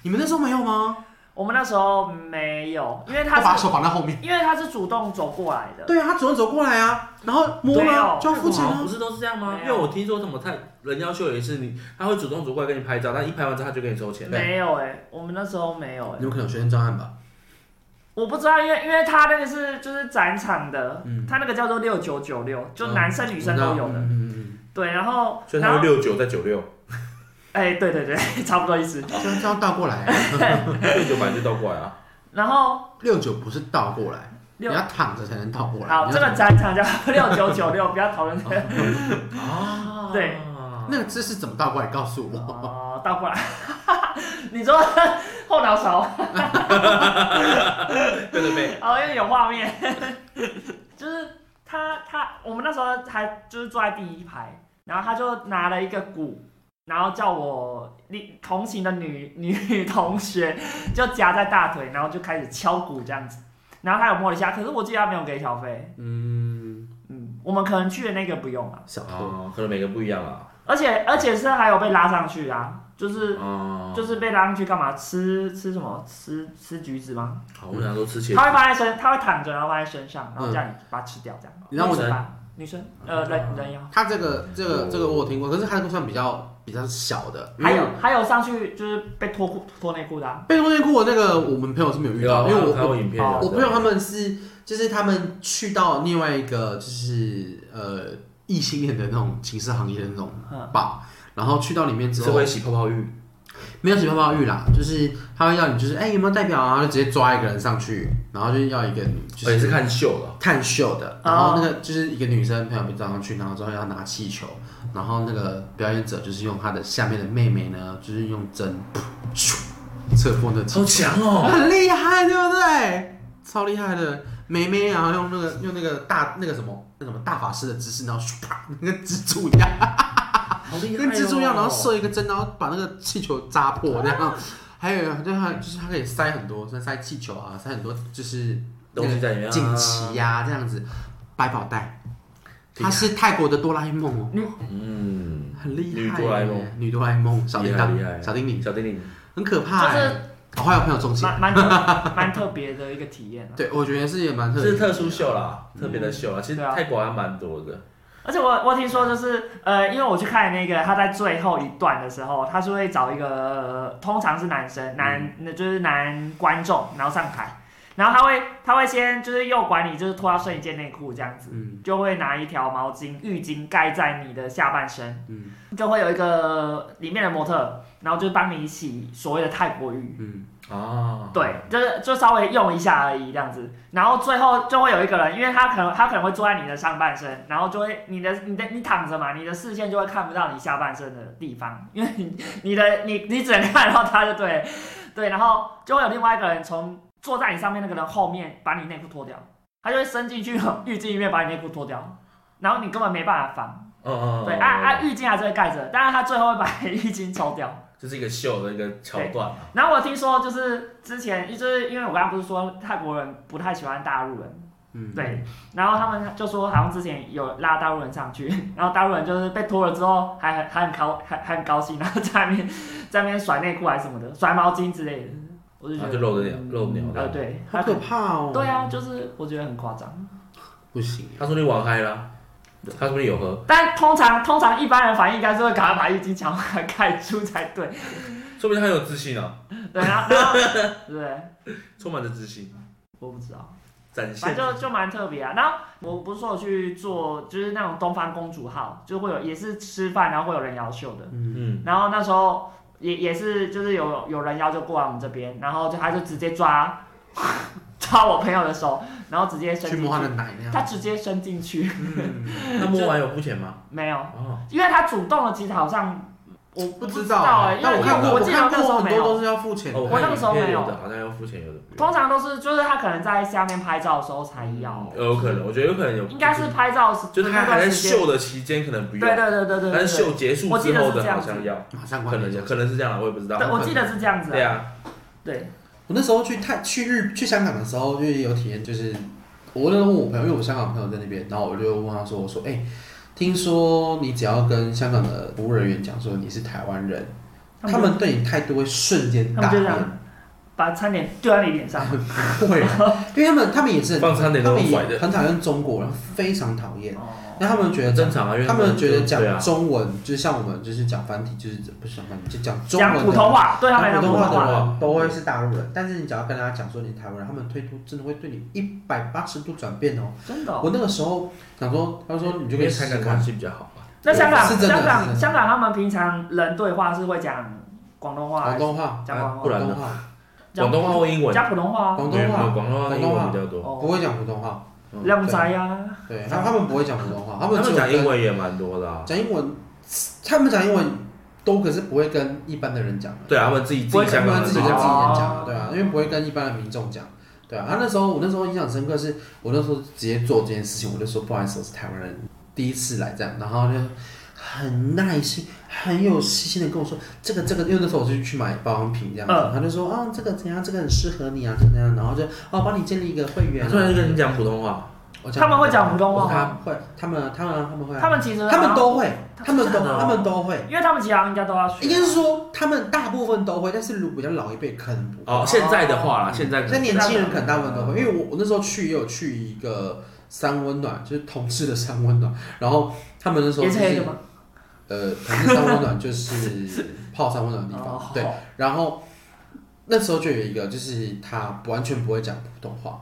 Speaker 1: 你们那时候没有吗？
Speaker 3: 我们那时候没有，因为
Speaker 1: 他把
Speaker 3: 他是
Speaker 1: 手绑在后面。
Speaker 3: 因为他是主动走过来的，
Speaker 1: 对啊，他主动走过来啊，然后摸
Speaker 3: 对
Speaker 1: 了
Speaker 3: 哦
Speaker 1: 就要付钱
Speaker 2: 不
Speaker 1: 啊。
Speaker 2: 是都是这样吗？
Speaker 3: 没
Speaker 2: 因
Speaker 3: 有
Speaker 2: 为我听说什么他人妖秀也是你，他会主动走过来跟你拍照，但一拍完之后他就跟你收钱。
Speaker 3: 没有哎、我们那时候没有哎、
Speaker 1: 你们可能有学生障碍吧？
Speaker 3: 我不知道，因为因为他那个是就是展场的，
Speaker 1: 嗯
Speaker 3: 他那个叫做六九九六，就
Speaker 1: 嗯
Speaker 3: 男生女生都有的，
Speaker 1: 嗯嗯嗯
Speaker 3: 对，然后
Speaker 2: 所以
Speaker 3: 然
Speaker 2: 他会
Speaker 3: 后
Speaker 2: 六九再九六，
Speaker 3: 哎、对对对， 差不多意思，
Speaker 1: 嗯，这样这样倒过来啊，
Speaker 2: 六九本来就倒过来啊。
Speaker 3: 然后
Speaker 1: 六九不是倒过来，啊你
Speaker 3: 六
Speaker 1: 要躺着才能倒过来。
Speaker 3: 好，
Speaker 1: 你
Speaker 3: 这
Speaker 1: 要
Speaker 3: 个展场叫 六九九六，不要讨 论这个。
Speaker 2: 啊
Speaker 3: 对
Speaker 1: 那个姿势怎么倒过来？告诉我。
Speaker 3: 哦，倒过来， 你说后脑勺，
Speaker 2: 对对对，
Speaker 3: 哦，因为有画面， 就是他他我们那时候还就是坐在第一排，然后他就拿了一个鼓，然后叫我另同行的女女同学就夹在大腿，然后就开始敲鼓这样子，然后他有摸了一下，可是我记得他没有给小费，
Speaker 2: 嗯，
Speaker 3: 嗯，我们可能去的那个不用啊，
Speaker 1: 小偷，
Speaker 2: 哦，可能每个不一样啦。
Speaker 3: 而且而且是还有被拉上去啊，就是。
Speaker 2: 哦，
Speaker 3: 就是被拉上去干嘛？吃吃什么？吃吃橘子吗？
Speaker 2: 好，我想说吃茄
Speaker 3: 他会
Speaker 2: 子，
Speaker 3: 放在身，他会躺着，然后放在身上，然后叫你把它吃掉，这样。
Speaker 1: 嗯你让我嗯
Speaker 2: 女生
Speaker 3: 吧，女生，呃，人人妖，
Speaker 1: 他这个这个这个我有听过，可是他这个算比较比较小的，因
Speaker 3: 还
Speaker 1: 为
Speaker 3: 有还有上去就是被脱裤脱内裤的、 啊，
Speaker 1: 被通电裤的那个，我们朋友是没有遇
Speaker 2: 有啊
Speaker 1: 到，因为我
Speaker 2: 看
Speaker 1: 我
Speaker 2: 过影片
Speaker 3: 哦
Speaker 2: 的，
Speaker 1: 我朋友他们是就是他们去到另外一个就是呃异性恋的那种情色行业的那种
Speaker 3: 嗯，
Speaker 1: 吧，然后去到里面之
Speaker 2: 是
Speaker 1: 后
Speaker 2: 会洗泡泡浴，
Speaker 1: 没有什么泡泡浴啦，就是他会要你就是哎、有没有代表啊，就直接抓一个人上去，然后就要一个女就
Speaker 2: 哦也
Speaker 1: 是
Speaker 2: 是看秀的。
Speaker 1: 看秀的，
Speaker 3: 哦
Speaker 1: 然后那个就是一个女生朋友被抓上去，然后之后要拿气球，然后那个表演者就是用她的下面的妹妹呢，就是用针咻测破那气
Speaker 2: 好强哦！
Speaker 1: 很厉害，对不对？超厉害的妹妹，然后用那个用那个大那个什么那什么大法师的姿势，然后咻啪，跟蜘蛛一样，
Speaker 2: 好厉害、哦
Speaker 1: 跟蜘蛛一样，然后射一个针，然后把那个气球扎破，这样。还有就它就是它可以塞很多，塞气球啊，塞很多就是
Speaker 2: 东西在里面、啊。
Speaker 1: 锦旗呀、这样子，百宝袋。它是泰国的哆啦 A 梦哦，
Speaker 2: 嗯，
Speaker 1: 很厉害耶。
Speaker 2: 女哆啦 A 梦
Speaker 1: 女哆啦 A 梦，小叮
Speaker 2: 厉害厉害
Speaker 1: 当，小叮铃，
Speaker 2: 小叮铃，
Speaker 1: 很可怕
Speaker 3: 就
Speaker 1: 哎、
Speaker 3: 是
Speaker 1: 我还有朋友中邪，
Speaker 3: 蛮蛮特蛮特别的一个体验、啊。
Speaker 1: 对我觉得是也蛮特别
Speaker 2: 是
Speaker 1: 的
Speaker 2: 特殊秀啦，特别的秀啦。其实
Speaker 3: 对啊
Speaker 2: 泰国还蛮多的，
Speaker 3: 而且我我听说就是呃，因为我去看那个他在最后一段的时候，他是会找一个、呃通常是男
Speaker 1: 嗯
Speaker 3: 生男，那、就是男观众，然后上台，然后他会他会先就是诱拐你，就是脱他剩一件内裤这样子，
Speaker 1: 嗯
Speaker 3: 就会拿一条毛巾浴巾盖在你的下半身。
Speaker 1: 嗯
Speaker 3: 就会有一个里面的模特，然后就帮你洗所谓的泰国浴，
Speaker 1: 嗯
Speaker 2: 啊，
Speaker 3: 对，就是就稍微用一下而已这样子，然后最后就会有一个人，因为他可能他可能会坐在你的上半身，然后就会你的你的你躺着嘛，你的视线就会看不到你下半身的地方， 因为你你的你你只能看到他就对了，对，然后就会有另外一个人从坐在你上面那个人后面把你内裤脱掉，他就会伸进去浴巾里面把你内裤脱掉，然后你根本没办法防。
Speaker 2: 嗯嗯，嗯
Speaker 3: 对，啊啊，，浴巾还是会盖着，但是他最后会把 浴巾抽掉。
Speaker 2: 这是一个秀的一个桥段啊。
Speaker 3: 然后我听说，就是之前，就是因为我刚刚不是说泰国人不太喜欢大陆人，
Speaker 1: 嗯，
Speaker 3: 对，然后他们就说好像之前有拉大陆人上去，然后大陆人就是被拖了之后还很还很高还还很高兴，然后在那边在那边甩内裤还是什么的，甩毛巾之类的，我就觉
Speaker 2: 啊，
Speaker 3: 得
Speaker 2: 就露着鸟，露鸟
Speaker 3: 呃
Speaker 2: 的。
Speaker 3: 对，
Speaker 1: 好可怕哦。
Speaker 3: 对，啊，就是我觉得很夸张。
Speaker 1: 不行，
Speaker 2: 他说你玩嗨啦，他说你有喝，
Speaker 3: 但通常通常一般人反应应该是会赶快把浴巾抢回来盖住才对，
Speaker 2: 说不定他有自信啊，
Speaker 3: 对，然后然 后对，
Speaker 2: 充满着自信，
Speaker 3: 我不知道。
Speaker 2: 展
Speaker 3: 反
Speaker 2: 现。
Speaker 3: 正就就蛮特别啊。然后我不是说我去做，就是那种东方公主号，就会有也是吃饭，然后会有人妖秀的。
Speaker 2: 嗯，
Speaker 3: 然后那时候也也是就是有有人妖就过来我们这边，然后就他就直接抓 抓我朋友的手，然后直接伸
Speaker 1: 去
Speaker 3: 进
Speaker 1: 摸他的
Speaker 3: 去，
Speaker 1: 奶那
Speaker 3: 他
Speaker 1: 样。
Speaker 3: 直接伸进去，
Speaker 1: 嗯
Speaker 2: 他摸完有付钱吗？
Speaker 3: 没有，
Speaker 2: 哦，
Speaker 3: 因为他主动的，其实好像我
Speaker 1: 不
Speaker 3: 知
Speaker 1: 知道啊
Speaker 3: 哎，，因
Speaker 1: 但
Speaker 3: 为
Speaker 1: 我看过，
Speaker 3: 我
Speaker 1: 我
Speaker 3: 记得那
Speaker 1: 看
Speaker 3: 个时
Speaker 1: 过
Speaker 3: 候
Speaker 1: 很
Speaker 3: 没
Speaker 1: 多
Speaker 3: 有
Speaker 1: 都。是要付钱的。
Speaker 2: 哦
Speaker 3: 我那个时候没有
Speaker 2: 看影片有的好像要付钱，有的不用
Speaker 3: 通常都是就是他可能在下面拍照的时候才要，
Speaker 2: 有可能，我觉得有可能
Speaker 1: 嗯
Speaker 2: 有，
Speaker 3: 应该是拍照时
Speaker 2: 就是他
Speaker 3: 那
Speaker 2: 还
Speaker 3: 段
Speaker 2: 在
Speaker 3: 时间
Speaker 2: 秀的期间可能不
Speaker 3: 对
Speaker 2: 用，
Speaker 3: 对对对对对，
Speaker 2: 但是秀结束
Speaker 3: 我记
Speaker 2: 之
Speaker 3: 得是
Speaker 2: 后
Speaker 3: 这
Speaker 2: 的
Speaker 3: 样
Speaker 2: 好
Speaker 3: 子
Speaker 2: 像要，
Speaker 1: 马上
Speaker 2: 可
Speaker 1: 关
Speaker 2: 能
Speaker 1: 闭。
Speaker 2: 可能是这样了，我也不知道
Speaker 3: 对，。我记得是这样子、
Speaker 2: 对啊，
Speaker 3: 对，
Speaker 1: 我那时候去泰去日去香港的时候，就是有体验，就是我那时候问我朋友，因为我香港朋友在那边，然后我就问他说：“我说，哎、听说你只要跟香港的服务人员讲说你是台湾人，他们对你态度会瞬间
Speaker 3: 他
Speaker 1: 大
Speaker 3: 们就这
Speaker 1: 变
Speaker 3: 样，把餐点丢在你脸上嘛。
Speaker 1: 不会啦，因为他们他们也是
Speaker 4: 放餐点
Speaker 1: 他
Speaker 4: 都
Speaker 1: 们
Speaker 4: 用
Speaker 1: 也
Speaker 4: 甩的，
Speaker 1: 很讨厌中国人，非常讨厌。
Speaker 3: 哦，
Speaker 1: 那他们觉得讲
Speaker 2: 正常啊，因为
Speaker 1: 他们觉得
Speaker 2: 对
Speaker 1: 讲
Speaker 2: 啊，
Speaker 1: 中文，就是像我们就是讲繁体，就是不是讲繁体，就讲中
Speaker 3: 讲
Speaker 1: 文
Speaker 3: 普通
Speaker 1: 的。
Speaker 3: 话，对他们来
Speaker 1: 讲
Speaker 3: 讲
Speaker 1: 普通
Speaker 3: 普
Speaker 1: 话的
Speaker 3: 通话，
Speaker 1: 人都会是大陆人，但是你只要跟他讲说你是台湾人，他们推出真的会对你一百八十度转变哦。
Speaker 3: 真的哦。
Speaker 1: 我那个时候想说，他说你就
Speaker 2: 因
Speaker 1: 可以
Speaker 2: 为
Speaker 1: 试
Speaker 2: 看
Speaker 1: 试
Speaker 2: 看看
Speaker 1: 看，
Speaker 2: 是比较好啊吧。
Speaker 3: 那香港
Speaker 1: 是真的
Speaker 3: 香
Speaker 1: 是
Speaker 3: 港
Speaker 1: 真的
Speaker 3: 香港他们平常人对话是会讲广东话还
Speaker 1: 广
Speaker 3: 是，
Speaker 1: 东话、
Speaker 3: 讲广
Speaker 2: 不
Speaker 3: 东话，
Speaker 2: 然
Speaker 1: 广东
Speaker 2: 呢
Speaker 1: 话、
Speaker 3: 讲
Speaker 2: 广东话或英文，
Speaker 3: 加普通话啊，
Speaker 1: 广东
Speaker 2: 没有没有
Speaker 1: 话，
Speaker 2: 广东话跟英文比较多。
Speaker 1: 不
Speaker 3: 哦，
Speaker 1: 会讲普通话，
Speaker 2: 嗯
Speaker 3: 靓仔啊，
Speaker 1: 对，他他们不会讲普通话，他
Speaker 2: 他
Speaker 1: 们只有
Speaker 2: 们讲英
Speaker 1: 跟
Speaker 2: 文也蛮多的啊。
Speaker 1: 讲英文，他们讲英文都可是不会跟一般的人讲的，
Speaker 2: 对啊，他们自己自
Speaker 1: 不会
Speaker 2: 己
Speaker 1: 跟
Speaker 2: 香
Speaker 1: 他
Speaker 2: 港
Speaker 1: 们
Speaker 2: 人
Speaker 1: 自
Speaker 2: 自
Speaker 1: 己
Speaker 2: 己
Speaker 1: 跟自己人
Speaker 2: 讲，
Speaker 1: 讲的，对啊，因为不会跟一般的民众讲。对啊，他那时候我那时候印象深刻是，我那时候直接做这件事情，我就说不好意思，我是台湾人，第一次来这样，然后就很耐心、很有细心的跟我说这个这个，因为那时候我就去买保养品这样子，
Speaker 3: 嗯
Speaker 1: 他就说啊这个怎样，这个很适合你啊，这个怎样，然后就哦帮你建立一个会员、啊，
Speaker 2: 突然跟你讲普通话，
Speaker 1: 我
Speaker 3: 他们会讲普通话
Speaker 1: 他
Speaker 3: 吗，
Speaker 1: 会，他们他们他们会啊，
Speaker 3: 他们其实
Speaker 1: 他们，都会，他们都
Speaker 2: 真的哦
Speaker 1: 他们都会，
Speaker 3: 因为他们其他应该都要学，啊
Speaker 1: 应该是说他们大部分都会，但是如果比较老一辈可能不会。
Speaker 2: 哦，现在的话啦，现在可
Speaker 1: 那
Speaker 2: 能
Speaker 1: 年轻人可能大部分都会，因为我我那时候去也有去一个三温暖，就是同事的三温暖，然后他们那时候
Speaker 3: 也
Speaker 1: 就是
Speaker 3: 黑的吗？
Speaker 1: 呃，同事三温暖 就是泡三温暖的地
Speaker 3: 哦
Speaker 1: 方，对，，然后那时候就有一个就是他完全不会讲普通话，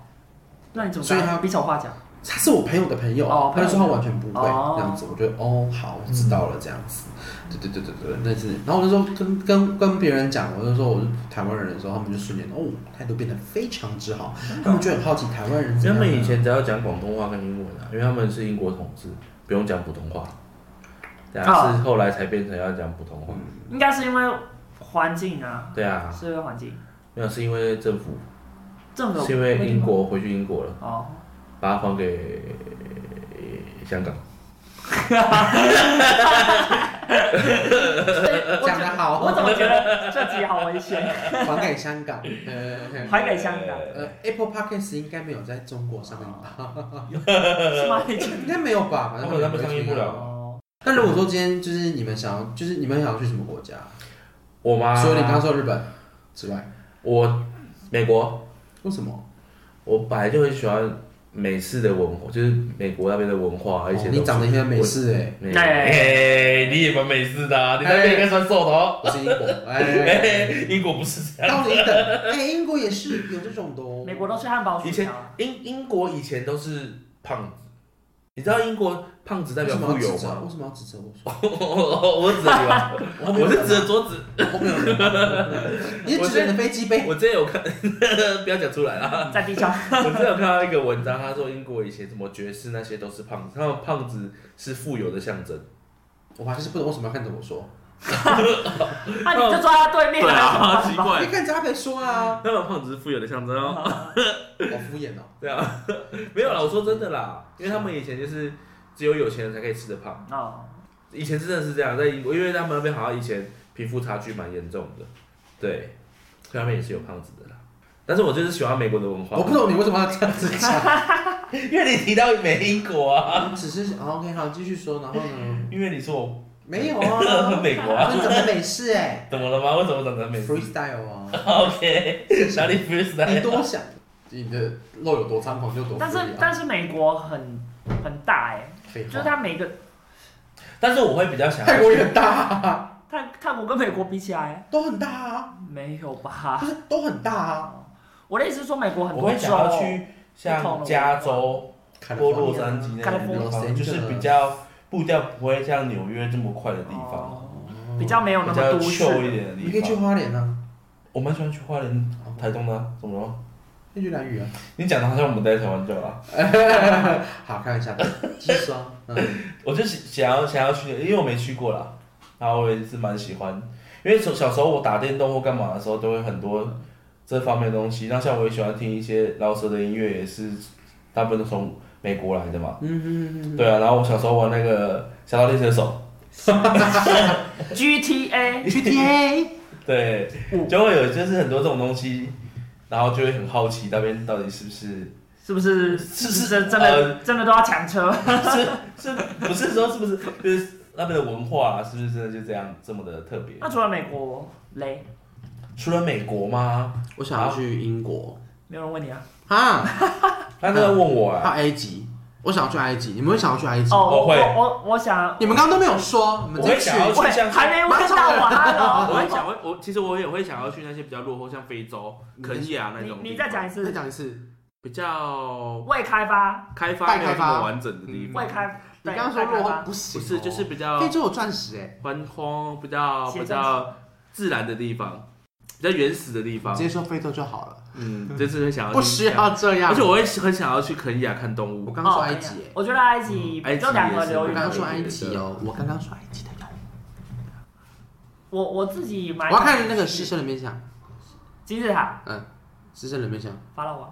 Speaker 3: 那你怎么
Speaker 1: 所以
Speaker 3: 办？
Speaker 1: 他
Speaker 3: 比手画脚，
Speaker 1: 他是我朋友的朋友，
Speaker 3: 哦
Speaker 1: 他就说
Speaker 3: 朋
Speaker 1: 他
Speaker 3: 友
Speaker 1: 完全不会
Speaker 3: 哦
Speaker 1: 这样子，我觉得哦好，我知道了这样子，对对对对对，那是，然后我就说跟跟跟别人讲，我就说我是台湾人的时候，他们就瞬间哦态度变得非常之好，他们就很好奇台湾人怎样
Speaker 2: 因为
Speaker 1: 啊，
Speaker 2: 他们以前只要讲广东话跟英文啊，因为他们是英国统治，不用讲普通话。对啊，
Speaker 3: 啊
Speaker 2: 是后来才变成要讲普通话。
Speaker 1: 嗯
Speaker 3: 应该是因为环境啊，
Speaker 2: 对啊，
Speaker 3: 是因为环境，
Speaker 2: 没有是因为政府，
Speaker 3: 政府
Speaker 2: 是因为英国回去英国了，
Speaker 3: 哦，
Speaker 2: 把它还给香港。
Speaker 3: 我
Speaker 1: 讲得好
Speaker 3: 我怎么觉得这集好危险？
Speaker 1: 还给香港，呃
Speaker 3: 还给香港
Speaker 1: 呃 Apple Podcast 应该没有在中国上映吧？
Speaker 3: 是 吗？你
Speaker 1: 应该没有吧？反正
Speaker 2: 他们上映不了
Speaker 3: 哦，
Speaker 1: 那如果说今天就是你们想要，就是你们想要去什么国家？
Speaker 2: 我妈，
Speaker 1: 除了你刚刚说日本之外，
Speaker 2: 我美国，
Speaker 1: 为什么？
Speaker 2: 我本来就很喜欢美式的文化，就是美国那边的文化，啊而且
Speaker 1: 哦你长得应该没事哎。
Speaker 2: 美
Speaker 4: 哎，你也蛮美式的啊，你那边应该算瘦的哦。
Speaker 1: 我是英国，哎，
Speaker 4: 哎，英国不是这样，
Speaker 1: 高你一等，哎，英国也是有这种的哦。
Speaker 3: 美国都是汉堡薯
Speaker 2: 以前
Speaker 3: 条，啊
Speaker 1: 啊
Speaker 2: 英英国以前都是胖子，你知道英国胖子代
Speaker 1: 为
Speaker 2: 表
Speaker 1: 什
Speaker 2: 富
Speaker 1: 么要
Speaker 2: 有
Speaker 1: 指责？
Speaker 2: 吗？
Speaker 1: 为什么要指责我说？
Speaker 2: 我指你吧，
Speaker 1: 我没有啊
Speaker 2: 我是指着桌子。
Speaker 1: 我没有没有，没有你是指着你的飞机杯？
Speaker 2: 我之前有看， 不要讲出来啊。
Speaker 4: 嗯
Speaker 3: 在地上，
Speaker 2: 我之前有看到一个文章，他说英国以前什么爵士那些都是胖子，他们胖子是富有的象征。
Speaker 1: 我还是不懂为什么要看着我说。
Speaker 3: 那啊你就坐在他 对面，
Speaker 2: 啊，
Speaker 3: 哦
Speaker 2: 奇
Speaker 1: 你
Speaker 2: 怪，
Speaker 1: 看着他可以说啊，
Speaker 2: 他们胖子是富有的象征 哦。
Speaker 1: 好敷衍哦。
Speaker 2: 对啊， 没有啦，我说真的啦，因为他们以前就是只有有钱人才可以吃得胖，
Speaker 3: 哦，
Speaker 2: 以前真的是这样，在英国，因为他们那边好像以前贫富差距蛮严重的，对，所以他们也是有胖子的啦。但是我就是喜欢美国的文化，
Speaker 1: 我不懂你为什么要这样子讲。
Speaker 4: 因为你提到美英国啊，
Speaker 1: 你只是啊 OK 好，继续说。然后呢？
Speaker 4: 因为你说 我
Speaker 1: 没有
Speaker 4: 很
Speaker 1: 啊，
Speaker 4: 美国 啊，
Speaker 1: 你怎么美式哎
Speaker 4: 怎么了吗？为什么长得美式
Speaker 1: ？Freestyle 啊，
Speaker 4: ？OK，哪里 freestyle？
Speaker 1: 你多想，你的肉有多猖狂就多
Speaker 3: 但是
Speaker 1: free 啊。
Speaker 3: 但是美国很很大哎，
Speaker 1: 废
Speaker 3: 就是
Speaker 1: 话，
Speaker 3: 它每个
Speaker 4: 但是我会比较想要
Speaker 1: 泰国也很大啊，
Speaker 3: 泰泰国跟美国比起来，
Speaker 1: 都很大啊，
Speaker 3: 没有吧
Speaker 1: 不？是都很大啊。
Speaker 3: 我的意思是说，美
Speaker 1: 哦
Speaker 3: 国很
Speaker 4: 我
Speaker 3: 多
Speaker 4: 会想
Speaker 3: 州
Speaker 4: 要去像加州或洛杉矶那
Speaker 3: 看
Speaker 4: 种
Speaker 3: 风
Speaker 4: 地
Speaker 1: 景
Speaker 4: 方，就是比较步调不会像纽约这么快的地方，
Speaker 3: 哦，比较没有那
Speaker 4: 比
Speaker 3: 么
Speaker 4: 较
Speaker 3: 都
Speaker 4: chill
Speaker 3: 市。
Speaker 4: 一点的
Speaker 1: 你可
Speaker 4: 地
Speaker 1: 以去
Speaker 4: 方。
Speaker 1: 花莲啊，
Speaker 4: 我蛮喜欢去花莲、台东的啊、怎么了吗？
Speaker 1: 可以去蓝屿啊。
Speaker 4: 你讲的好像我们待在台湾就好啊了。
Speaker 1: 好，开玩笑，继续说。嗯，
Speaker 4: 我就是想要想要去，因为我没去过啦，然后我也是蛮喜欢，因为小小时候我打电动或干嘛的时候，都会很多这方面的东西。那像我也喜欢听一些饶舌的音乐，也是大部分都从美国来的嘛。嗯嗯嗯。对啊，然后我小时候玩那个《侠盗猎车手》，
Speaker 3: GTA
Speaker 1: 去 TA。
Speaker 4: 对，就会有就是很多这种东西，然后就会很好奇那边到底是不是
Speaker 3: 是不是
Speaker 4: 是
Speaker 3: 是
Speaker 4: 是呃
Speaker 3: 真真的真的都要抢车？
Speaker 4: 是是不是说是不是就是那边的文化、啊、是不是真的就这样这么的特别？
Speaker 3: 那除了美国嘞，
Speaker 4: 除了美国吗？
Speaker 1: 我想要去英国
Speaker 3: 没有人问你啊。
Speaker 1: 啊，
Speaker 4: 他在问我啊，
Speaker 1: 还有埃及，我想要去埃及，你们会想要去埃及？
Speaker 3: 哦，我
Speaker 4: 我会
Speaker 3: 我我我想，
Speaker 1: 你们刚刚都没有说，你们
Speaker 4: 我会
Speaker 1: 真去
Speaker 4: 想要去
Speaker 3: 喂
Speaker 4: 像
Speaker 3: 还没问到我
Speaker 1: 啊
Speaker 2: 我会想，
Speaker 3: 哈
Speaker 2: 我我其实我也会想要去那些比较落后，像非洲、肯亚那
Speaker 3: 喽。
Speaker 2: 种。
Speaker 3: 你你再讲一
Speaker 1: 再
Speaker 3: 次，
Speaker 1: 讲一次，
Speaker 2: 比较
Speaker 3: 未开发，
Speaker 2: 开发
Speaker 1: 待
Speaker 2: 没有
Speaker 1: 开
Speaker 2: 那
Speaker 1: 发
Speaker 2: 么完整的地
Speaker 3: 未
Speaker 2: 方，
Speaker 3: 开，
Speaker 1: 你
Speaker 3: 对，
Speaker 1: 刚刚说
Speaker 3: 未开
Speaker 1: 落后
Speaker 3: 发，
Speaker 1: 不行
Speaker 2: 不
Speaker 1: 哦，
Speaker 2: 是就是比较
Speaker 1: 非洲有钻石哎，
Speaker 2: 宽荒、比较
Speaker 3: 写
Speaker 2: 比
Speaker 3: 真
Speaker 2: 较自然的地方，比较原始的地方
Speaker 1: 直。接说非洲就好了，
Speaker 2: 嗯，就是会想要
Speaker 1: 不
Speaker 2: 去
Speaker 1: 需
Speaker 2: 这样
Speaker 1: 要这样
Speaker 2: 而且。我会很想要去肯亚看动
Speaker 1: 我
Speaker 2: 物，
Speaker 1: 刚刚说
Speaker 3: 哦
Speaker 1: 埃及耶，
Speaker 3: 我觉得埃及
Speaker 2: 嗯埃及
Speaker 3: 就两
Speaker 2: 也
Speaker 3: 河
Speaker 2: 是
Speaker 1: 我刚
Speaker 3: 流域。
Speaker 1: 刚说埃及哦，我刚刚说埃及的哟，
Speaker 3: 我我自己买。
Speaker 1: 我要看那个狮身人面像，
Speaker 3: 金字塔、
Speaker 1: 狮身人面像，
Speaker 3: 法老王，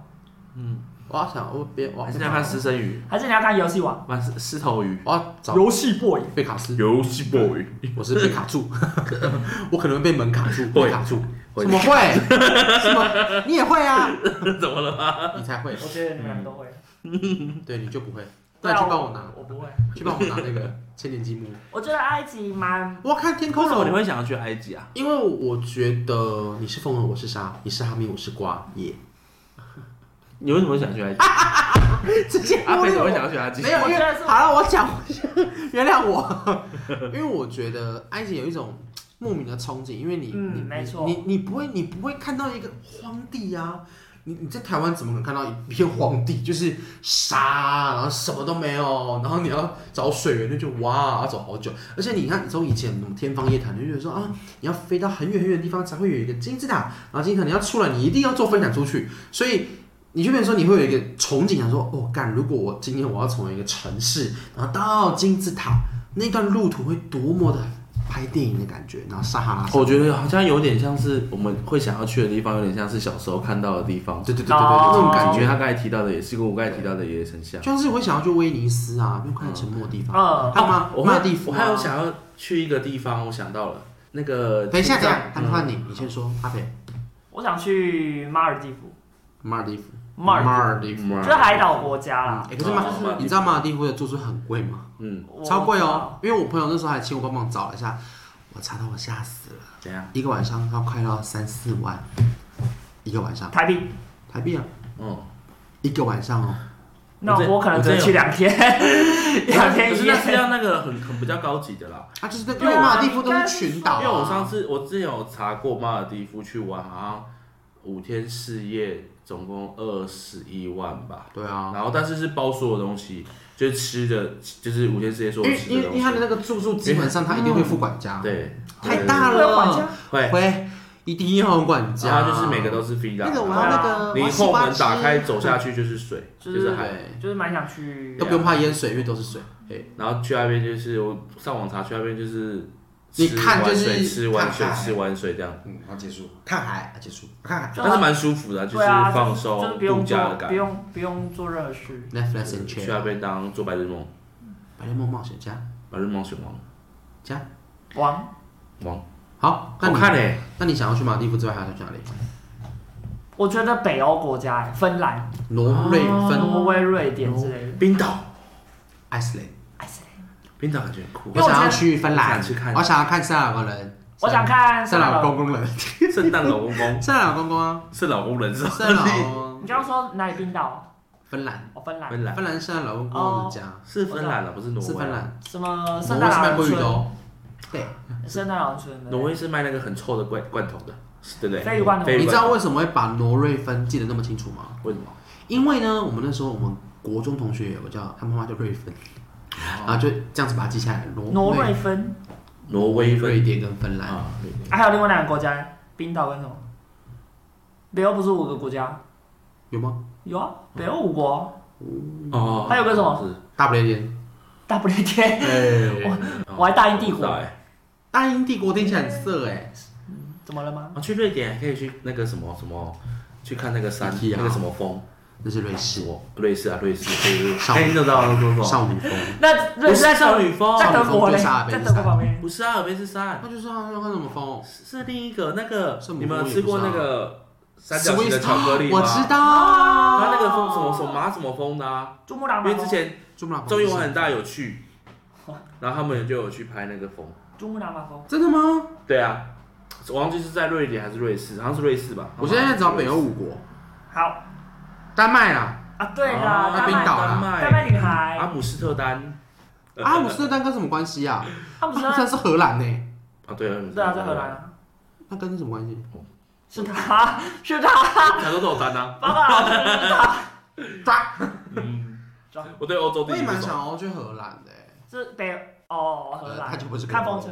Speaker 2: 嗯，
Speaker 1: 我要想我别我
Speaker 2: 还是要看狮身鱼，
Speaker 3: 还是你要看游戏王？
Speaker 2: 不是狮头鱼，
Speaker 1: 我要找
Speaker 3: 游戏 boy。
Speaker 1: 贝卡斯，
Speaker 2: 游戏 boy，
Speaker 1: 我是被卡 住，我可能会被门卡住，
Speaker 2: 会
Speaker 1: 被卡住，
Speaker 2: 会
Speaker 1: 怎么会？什 么？你也会啊？
Speaker 2: 怎么了吗？
Speaker 1: 你才会，哦
Speaker 3: 我觉得你们两个都会。
Speaker 1: 嗯对，你就不会。那
Speaker 3: 对
Speaker 1: 你
Speaker 3: 啊
Speaker 1: 去帮我拿，
Speaker 3: 我不会。
Speaker 1: 去帮我拿那个千年积木。
Speaker 3: 我觉得埃及蛮
Speaker 1: 我要看天空
Speaker 2: 为什么你
Speaker 1: 了，
Speaker 2: 会想要去埃及啊？
Speaker 1: 因为我觉得你是凤凰，我是沙，你是哈密，我是瓜耶。
Speaker 2: 你为什么会想去埃及？
Speaker 1: 直接
Speaker 2: 啊阿
Speaker 1: 忽
Speaker 2: 飞
Speaker 1: 略
Speaker 2: 怎
Speaker 1: 哎啊我
Speaker 2: 么会想要去埃及？
Speaker 1: 没有，因
Speaker 3: 我觉
Speaker 1: 为
Speaker 3: 得是
Speaker 1: 好了，我讲，原谅 我，因为我觉得埃及有一种莫名的憧憬，因为你，
Speaker 3: 嗯
Speaker 1: 你
Speaker 3: 没错
Speaker 1: 你你不会，你不会看到一个荒地啊。你你在台湾怎么可能看到一片荒地？就是沙，然后什么都没有，然后你要找水源，那就哇，要走好久。而且你看，从以前我们天方夜谭，就觉得说啊，你要飞到很远很远的地方才会有一个金字塔，然后金字塔你要出来，你一定要做分享出去，所以你就变成说你会有一个憧憬，想说哦，干，如果我今天我要从一个城市，然后到金字塔那段路途会多么的拍电影的感觉，然后撒哈拉沙漠，
Speaker 2: 我觉得好像有点像是我们会想要去的地方，有点像是小时候看到的地方。
Speaker 1: 对对对对对，那种感
Speaker 2: 感
Speaker 1: 觉，
Speaker 2: 觉他刚才提到的也是跟我刚才提到的也很像。
Speaker 1: 就像是我想要去威尼斯啊，没有看到沉默的地方，
Speaker 3: 嗯
Speaker 1: 还有吗？
Speaker 2: 哦我
Speaker 1: 马
Speaker 2: 还
Speaker 1: 尔地夫
Speaker 2: 我
Speaker 1: 啊，
Speaker 2: 还有想要去一个地方，我想到了那个。
Speaker 1: 等一下，等一
Speaker 2: 青藏
Speaker 1: 下，他们换你，你先说，阿北，
Speaker 3: 我想去马尔地夫，
Speaker 1: 马尔地夫，
Speaker 3: 马尔
Speaker 1: 马尔地
Speaker 2: 嗯
Speaker 1: 夫，
Speaker 3: 就是海岛国家啦。
Speaker 1: 哎，可是马
Speaker 2: 哦马尔，地夫
Speaker 1: 你知道马尔地夫的住宿很贵吗？
Speaker 2: 嗯，
Speaker 3: 我
Speaker 1: 超贵哦，因为我朋友那时候还请我帮忙找了一下，我查到我吓死了，
Speaker 2: 怎样？
Speaker 1: 一个晚上要快要三四万，一个晚上
Speaker 3: 台币，
Speaker 1: 台币啊，
Speaker 2: 嗯，
Speaker 1: 一个晚上哦，
Speaker 3: 那
Speaker 2: 我这
Speaker 3: 我可能
Speaker 2: 我
Speaker 3: 只
Speaker 2: 这
Speaker 3: 能去 两天，两天
Speaker 2: 可
Speaker 3: 一
Speaker 2: 是那是
Speaker 3: 夜。
Speaker 2: 要那个很很比较高级的啦。
Speaker 1: 啊就是那因
Speaker 3: 对啊
Speaker 1: 为马尔地夫都是群岛、啊，
Speaker 2: 因为我上次我之前有查过马尔地夫去玩，好像五天四夜，总共二十一万吧。
Speaker 1: 对啊，
Speaker 2: 然后但是是包所有东西，就是吃的，就是五天四夜所
Speaker 1: 因
Speaker 2: 有
Speaker 1: 为
Speaker 2: 吃
Speaker 1: 因
Speaker 2: 的
Speaker 1: 为因为
Speaker 2: 东西
Speaker 1: 他。的那个住宿基本上他一定会付管家，
Speaker 2: 对，
Speaker 1: 太大
Speaker 3: 对管
Speaker 1: 了
Speaker 3: 家，
Speaker 2: 会，
Speaker 1: 会一定要有管家，
Speaker 2: 然啊后就是每个都是 v i l
Speaker 1: 那个我要
Speaker 3: 啊
Speaker 1: 那个
Speaker 2: 你后门打开走下
Speaker 1: 去，
Speaker 2: 去就是水，
Speaker 3: 就
Speaker 2: 就是是海，
Speaker 1: 对，
Speaker 3: 就是蛮想去
Speaker 1: 都，不用怕淹水，因为都是水，哎，
Speaker 2: 然后去那边就是我上网查去那边就是
Speaker 1: 你
Speaker 2: 吃
Speaker 1: 看就
Speaker 2: 完
Speaker 1: 是
Speaker 2: 水吃完水
Speaker 1: 看海
Speaker 2: 吃完水这样，
Speaker 1: 嗯，好结束，看海啊结束，看海
Speaker 3: 就
Speaker 2: 但是蛮舒服的，就是
Speaker 3: 对啊，
Speaker 2: 放
Speaker 3: 就是就是
Speaker 2: 松
Speaker 3: 不
Speaker 2: 度
Speaker 3: 用
Speaker 2: 假
Speaker 3: 做
Speaker 2: 的，感
Speaker 3: 不
Speaker 2: 觉。
Speaker 3: 用不用做任何事。
Speaker 1: ，Netflix and
Speaker 2: 去
Speaker 1: chill，
Speaker 2: 那边当做白日梦，
Speaker 1: 白日梦冒险家。
Speaker 2: 白日梦选王
Speaker 3: 王，
Speaker 2: 王，
Speaker 1: 好，那
Speaker 2: 好
Speaker 1: 你
Speaker 2: 看欸啊嘞，
Speaker 1: 那你想要去马尔地夫之外还要去哪里？
Speaker 3: 我觉得北欧国家，哎芬兰、
Speaker 1: 挪瑞、芬、
Speaker 3: 挪威、瑞典之类的。
Speaker 2: 冰岛，
Speaker 1: 爱斯兰。
Speaker 3: 哎谁
Speaker 2: 冰岛感觉很酷
Speaker 1: 我
Speaker 3: 因为，我
Speaker 1: 想
Speaker 3: 觉
Speaker 1: 要
Speaker 3: 得
Speaker 1: 去芬兰
Speaker 2: 我想去，看
Speaker 1: 我想要看圣老公人，
Speaker 3: 我想看
Speaker 1: 圣
Speaker 3: 老
Speaker 1: 老公公人，
Speaker 2: 圣诞老公公
Speaker 1: 圣老公公啊，
Speaker 2: 是老公人是 吧？
Speaker 1: 圣老
Speaker 3: 你刚刚说哪里冰岛？
Speaker 1: 芬兰，
Speaker 3: 哦，芬兰。
Speaker 2: 芬兰
Speaker 1: 芬兰圣诞老公公的家
Speaker 2: 是芬兰了，不是挪
Speaker 1: 是
Speaker 2: 威
Speaker 1: 芬
Speaker 2: 啊。
Speaker 1: 兰，
Speaker 3: 什么
Speaker 1: 挪
Speaker 3: 圣
Speaker 1: 威
Speaker 3: 诞
Speaker 1: 是
Speaker 3: 老
Speaker 1: 卖
Speaker 3: 人
Speaker 1: 鲑鱼的
Speaker 3: 村？
Speaker 1: 哦。对，
Speaker 3: 圣诞老人村。对
Speaker 2: 挪威是卖那个很臭的罐罐头的，是对不对？
Speaker 3: 鲱鱼罐头
Speaker 2: 鲱鱼
Speaker 1: 你知道
Speaker 2: 罐
Speaker 1: 为什么会把挪瑞芬记得那么清楚吗？
Speaker 2: 头为什么？
Speaker 1: 因为呢，我们那时候我们国中同学有个叫他妈妈叫瑞芬，然后就这样子把它记下来，
Speaker 3: 哦挪
Speaker 1: 挪
Speaker 3: 瑞芬，
Speaker 2: 哦挪威
Speaker 1: 瑞
Speaker 2: 分
Speaker 1: 典跟芬兰。
Speaker 2: 啊，瑞典
Speaker 3: 啊还有另外两个国家，冰岛跟什么？北欧不是五个国家？
Speaker 1: 有吗？
Speaker 3: 有啊，北欧五国，
Speaker 2: 哦，
Speaker 3: 还有个什么
Speaker 2: 是？
Speaker 1: 大不列颠，
Speaker 3: 大不列颠。
Speaker 1: 哎
Speaker 2: 哦
Speaker 3: 我还大英帝
Speaker 2: 不知道
Speaker 3: 国，
Speaker 2: 哎。
Speaker 1: 大英帝国听起来很色哎、
Speaker 3: 怎么了吗？
Speaker 2: 啊，去瑞典还可以去那个什么什么，去看那个山，
Speaker 1: 一样
Speaker 2: 那个什么峰，
Speaker 1: 那是瑞士
Speaker 2: 什么瑞士啊，瑞士，对对
Speaker 1: 少
Speaker 2: 对，哎，你怎么知道说什么？
Speaker 1: 少女风，
Speaker 3: 那
Speaker 2: 不
Speaker 3: 瑞士
Speaker 2: 是哦
Speaker 3: 在
Speaker 2: 少
Speaker 3: 德
Speaker 2: 女峰，
Speaker 3: 在德国嘞，
Speaker 1: 就萨尔卑
Speaker 3: 在
Speaker 1: 斯
Speaker 3: 德国旁边。
Speaker 2: 不是阿尔卑斯山，
Speaker 1: 那就是要要看什么风？
Speaker 2: 是是另一个那个
Speaker 1: 圣，母
Speaker 2: 你们有
Speaker 1: 峰
Speaker 2: 吃过
Speaker 1: 也不
Speaker 2: 那
Speaker 1: 是啊
Speaker 2: 个三角形的巧克力吗？
Speaker 1: 我知
Speaker 3: 啊
Speaker 1: 道，
Speaker 2: 它那个峰什么什么马什么峰的啊？
Speaker 3: 珠穆
Speaker 2: 因
Speaker 3: 朗玛
Speaker 2: 为之
Speaker 3: 峰，
Speaker 2: 前
Speaker 1: 珠穆朗玛峰
Speaker 2: 中原很大有 去，然后他们就有去拍那个峰。
Speaker 3: 珠穆朗玛峰，
Speaker 1: 真的吗？
Speaker 2: 对啊，我忘记是在瑞典还是瑞士，好像是瑞士吧。
Speaker 1: 我现在找北欧五国，
Speaker 3: 好
Speaker 1: 丹麦 啦，
Speaker 3: 啊，对啦，
Speaker 2: 啊
Speaker 1: 那
Speaker 3: 丹
Speaker 1: 哦冰
Speaker 3: 麦
Speaker 1: 岛啊
Speaker 2: 丹
Speaker 1: 啦
Speaker 3: 丹麦
Speaker 2: 麦、
Speaker 3: 女孩
Speaker 2: 阿，姆斯特丹，
Speaker 1: 阿姆斯特丹跟什么关系啊？
Speaker 3: 她
Speaker 1: 阿
Speaker 3: 不
Speaker 1: 姆
Speaker 3: 是
Speaker 1: 斯特丹是荷兰呢、
Speaker 2: 啊，对啊，
Speaker 3: 对啊，在荷兰，啊，
Speaker 1: 那跟你什么关系？
Speaker 3: 是她， 是她，
Speaker 2: 亚洲都有丹啊。
Speaker 3: 爸爸 是她，
Speaker 1: 抓，
Speaker 2: 嗯，我对欧洲地
Speaker 1: 我也
Speaker 2: 理不
Speaker 1: 蛮
Speaker 2: 熟。
Speaker 1: 想要去荷兰的、欸，
Speaker 3: 是北哦，荷
Speaker 1: 呃它
Speaker 3: 兰
Speaker 1: 就不是，北欧
Speaker 3: 看风车，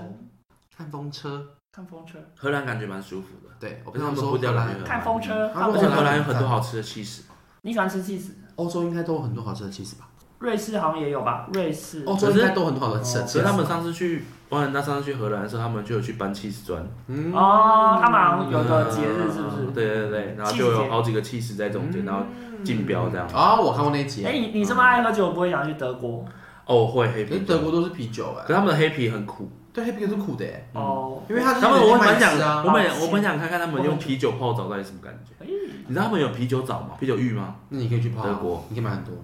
Speaker 1: 看风车。
Speaker 3: 看风车，
Speaker 2: 荷兰感觉蛮舒服的，
Speaker 1: 对，我
Speaker 2: 我
Speaker 1: 跟
Speaker 2: 跟
Speaker 1: 他
Speaker 2: 他
Speaker 1: 们
Speaker 2: 们
Speaker 1: 说
Speaker 2: 步
Speaker 1: 荷
Speaker 2: 调
Speaker 1: 兰，
Speaker 3: 看风车，
Speaker 1: 啊
Speaker 3: 看
Speaker 2: 而
Speaker 1: 我
Speaker 3: 风
Speaker 2: 且
Speaker 1: 想
Speaker 2: 荷
Speaker 3: 车，
Speaker 2: 兰有很多好吃的气势，
Speaker 3: 你喜欢吃 cheese？
Speaker 1: 欧洲应该都有很多好吃的 cheese 吧？
Speaker 3: 瑞士好像也有吧？瑞士，
Speaker 1: 欧洲应该都有很多好吃的
Speaker 2: 所
Speaker 1: cheese。
Speaker 2: 以他们上次去，王仁大上次去荷兰的时候，他们就有去搬气势砖，
Speaker 1: 嗯
Speaker 3: 哦，他们好像有个节日是不是？
Speaker 2: 对对对，然后
Speaker 3: 气势
Speaker 2: 就有
Speaker 3: 节
Speaker 2: 好几个气势在中间，然后竞标这样。
Speaker 1: 哦，我看过那一集
Speaker 3: 哎、，你你这么爱喝酒，不会想去德国？
Speaker 2: 哦，会黑
Speaker 1: 可是
Speaker 2: 啤
Speaker 1: 德
Speaker 2: 酒，
Speaker 1: 国都是啤酒哎
Speaker 2: 可，他们的黑啤很苦，
Speaker 1: 对，黑啤酒是苦的哎，
Speaker 2: 嗯
Speaker 3: 哦，
Speaker 1: 因为它是
Speaker 2: 他们我蛮想
Speaker 1: 麦子，啊
Speaker 2: 我蛮我蛮想看看他们用啤酒泡澡到底什么感觉。
Speaker 3: 哎
Speaker 2: 你知道他们有啤酒澡吗？啤酒浴吗？
Speaker 1: 那你可以去泡啊
Speaker 2: 德国，
Speaker 1: 你可以买很多。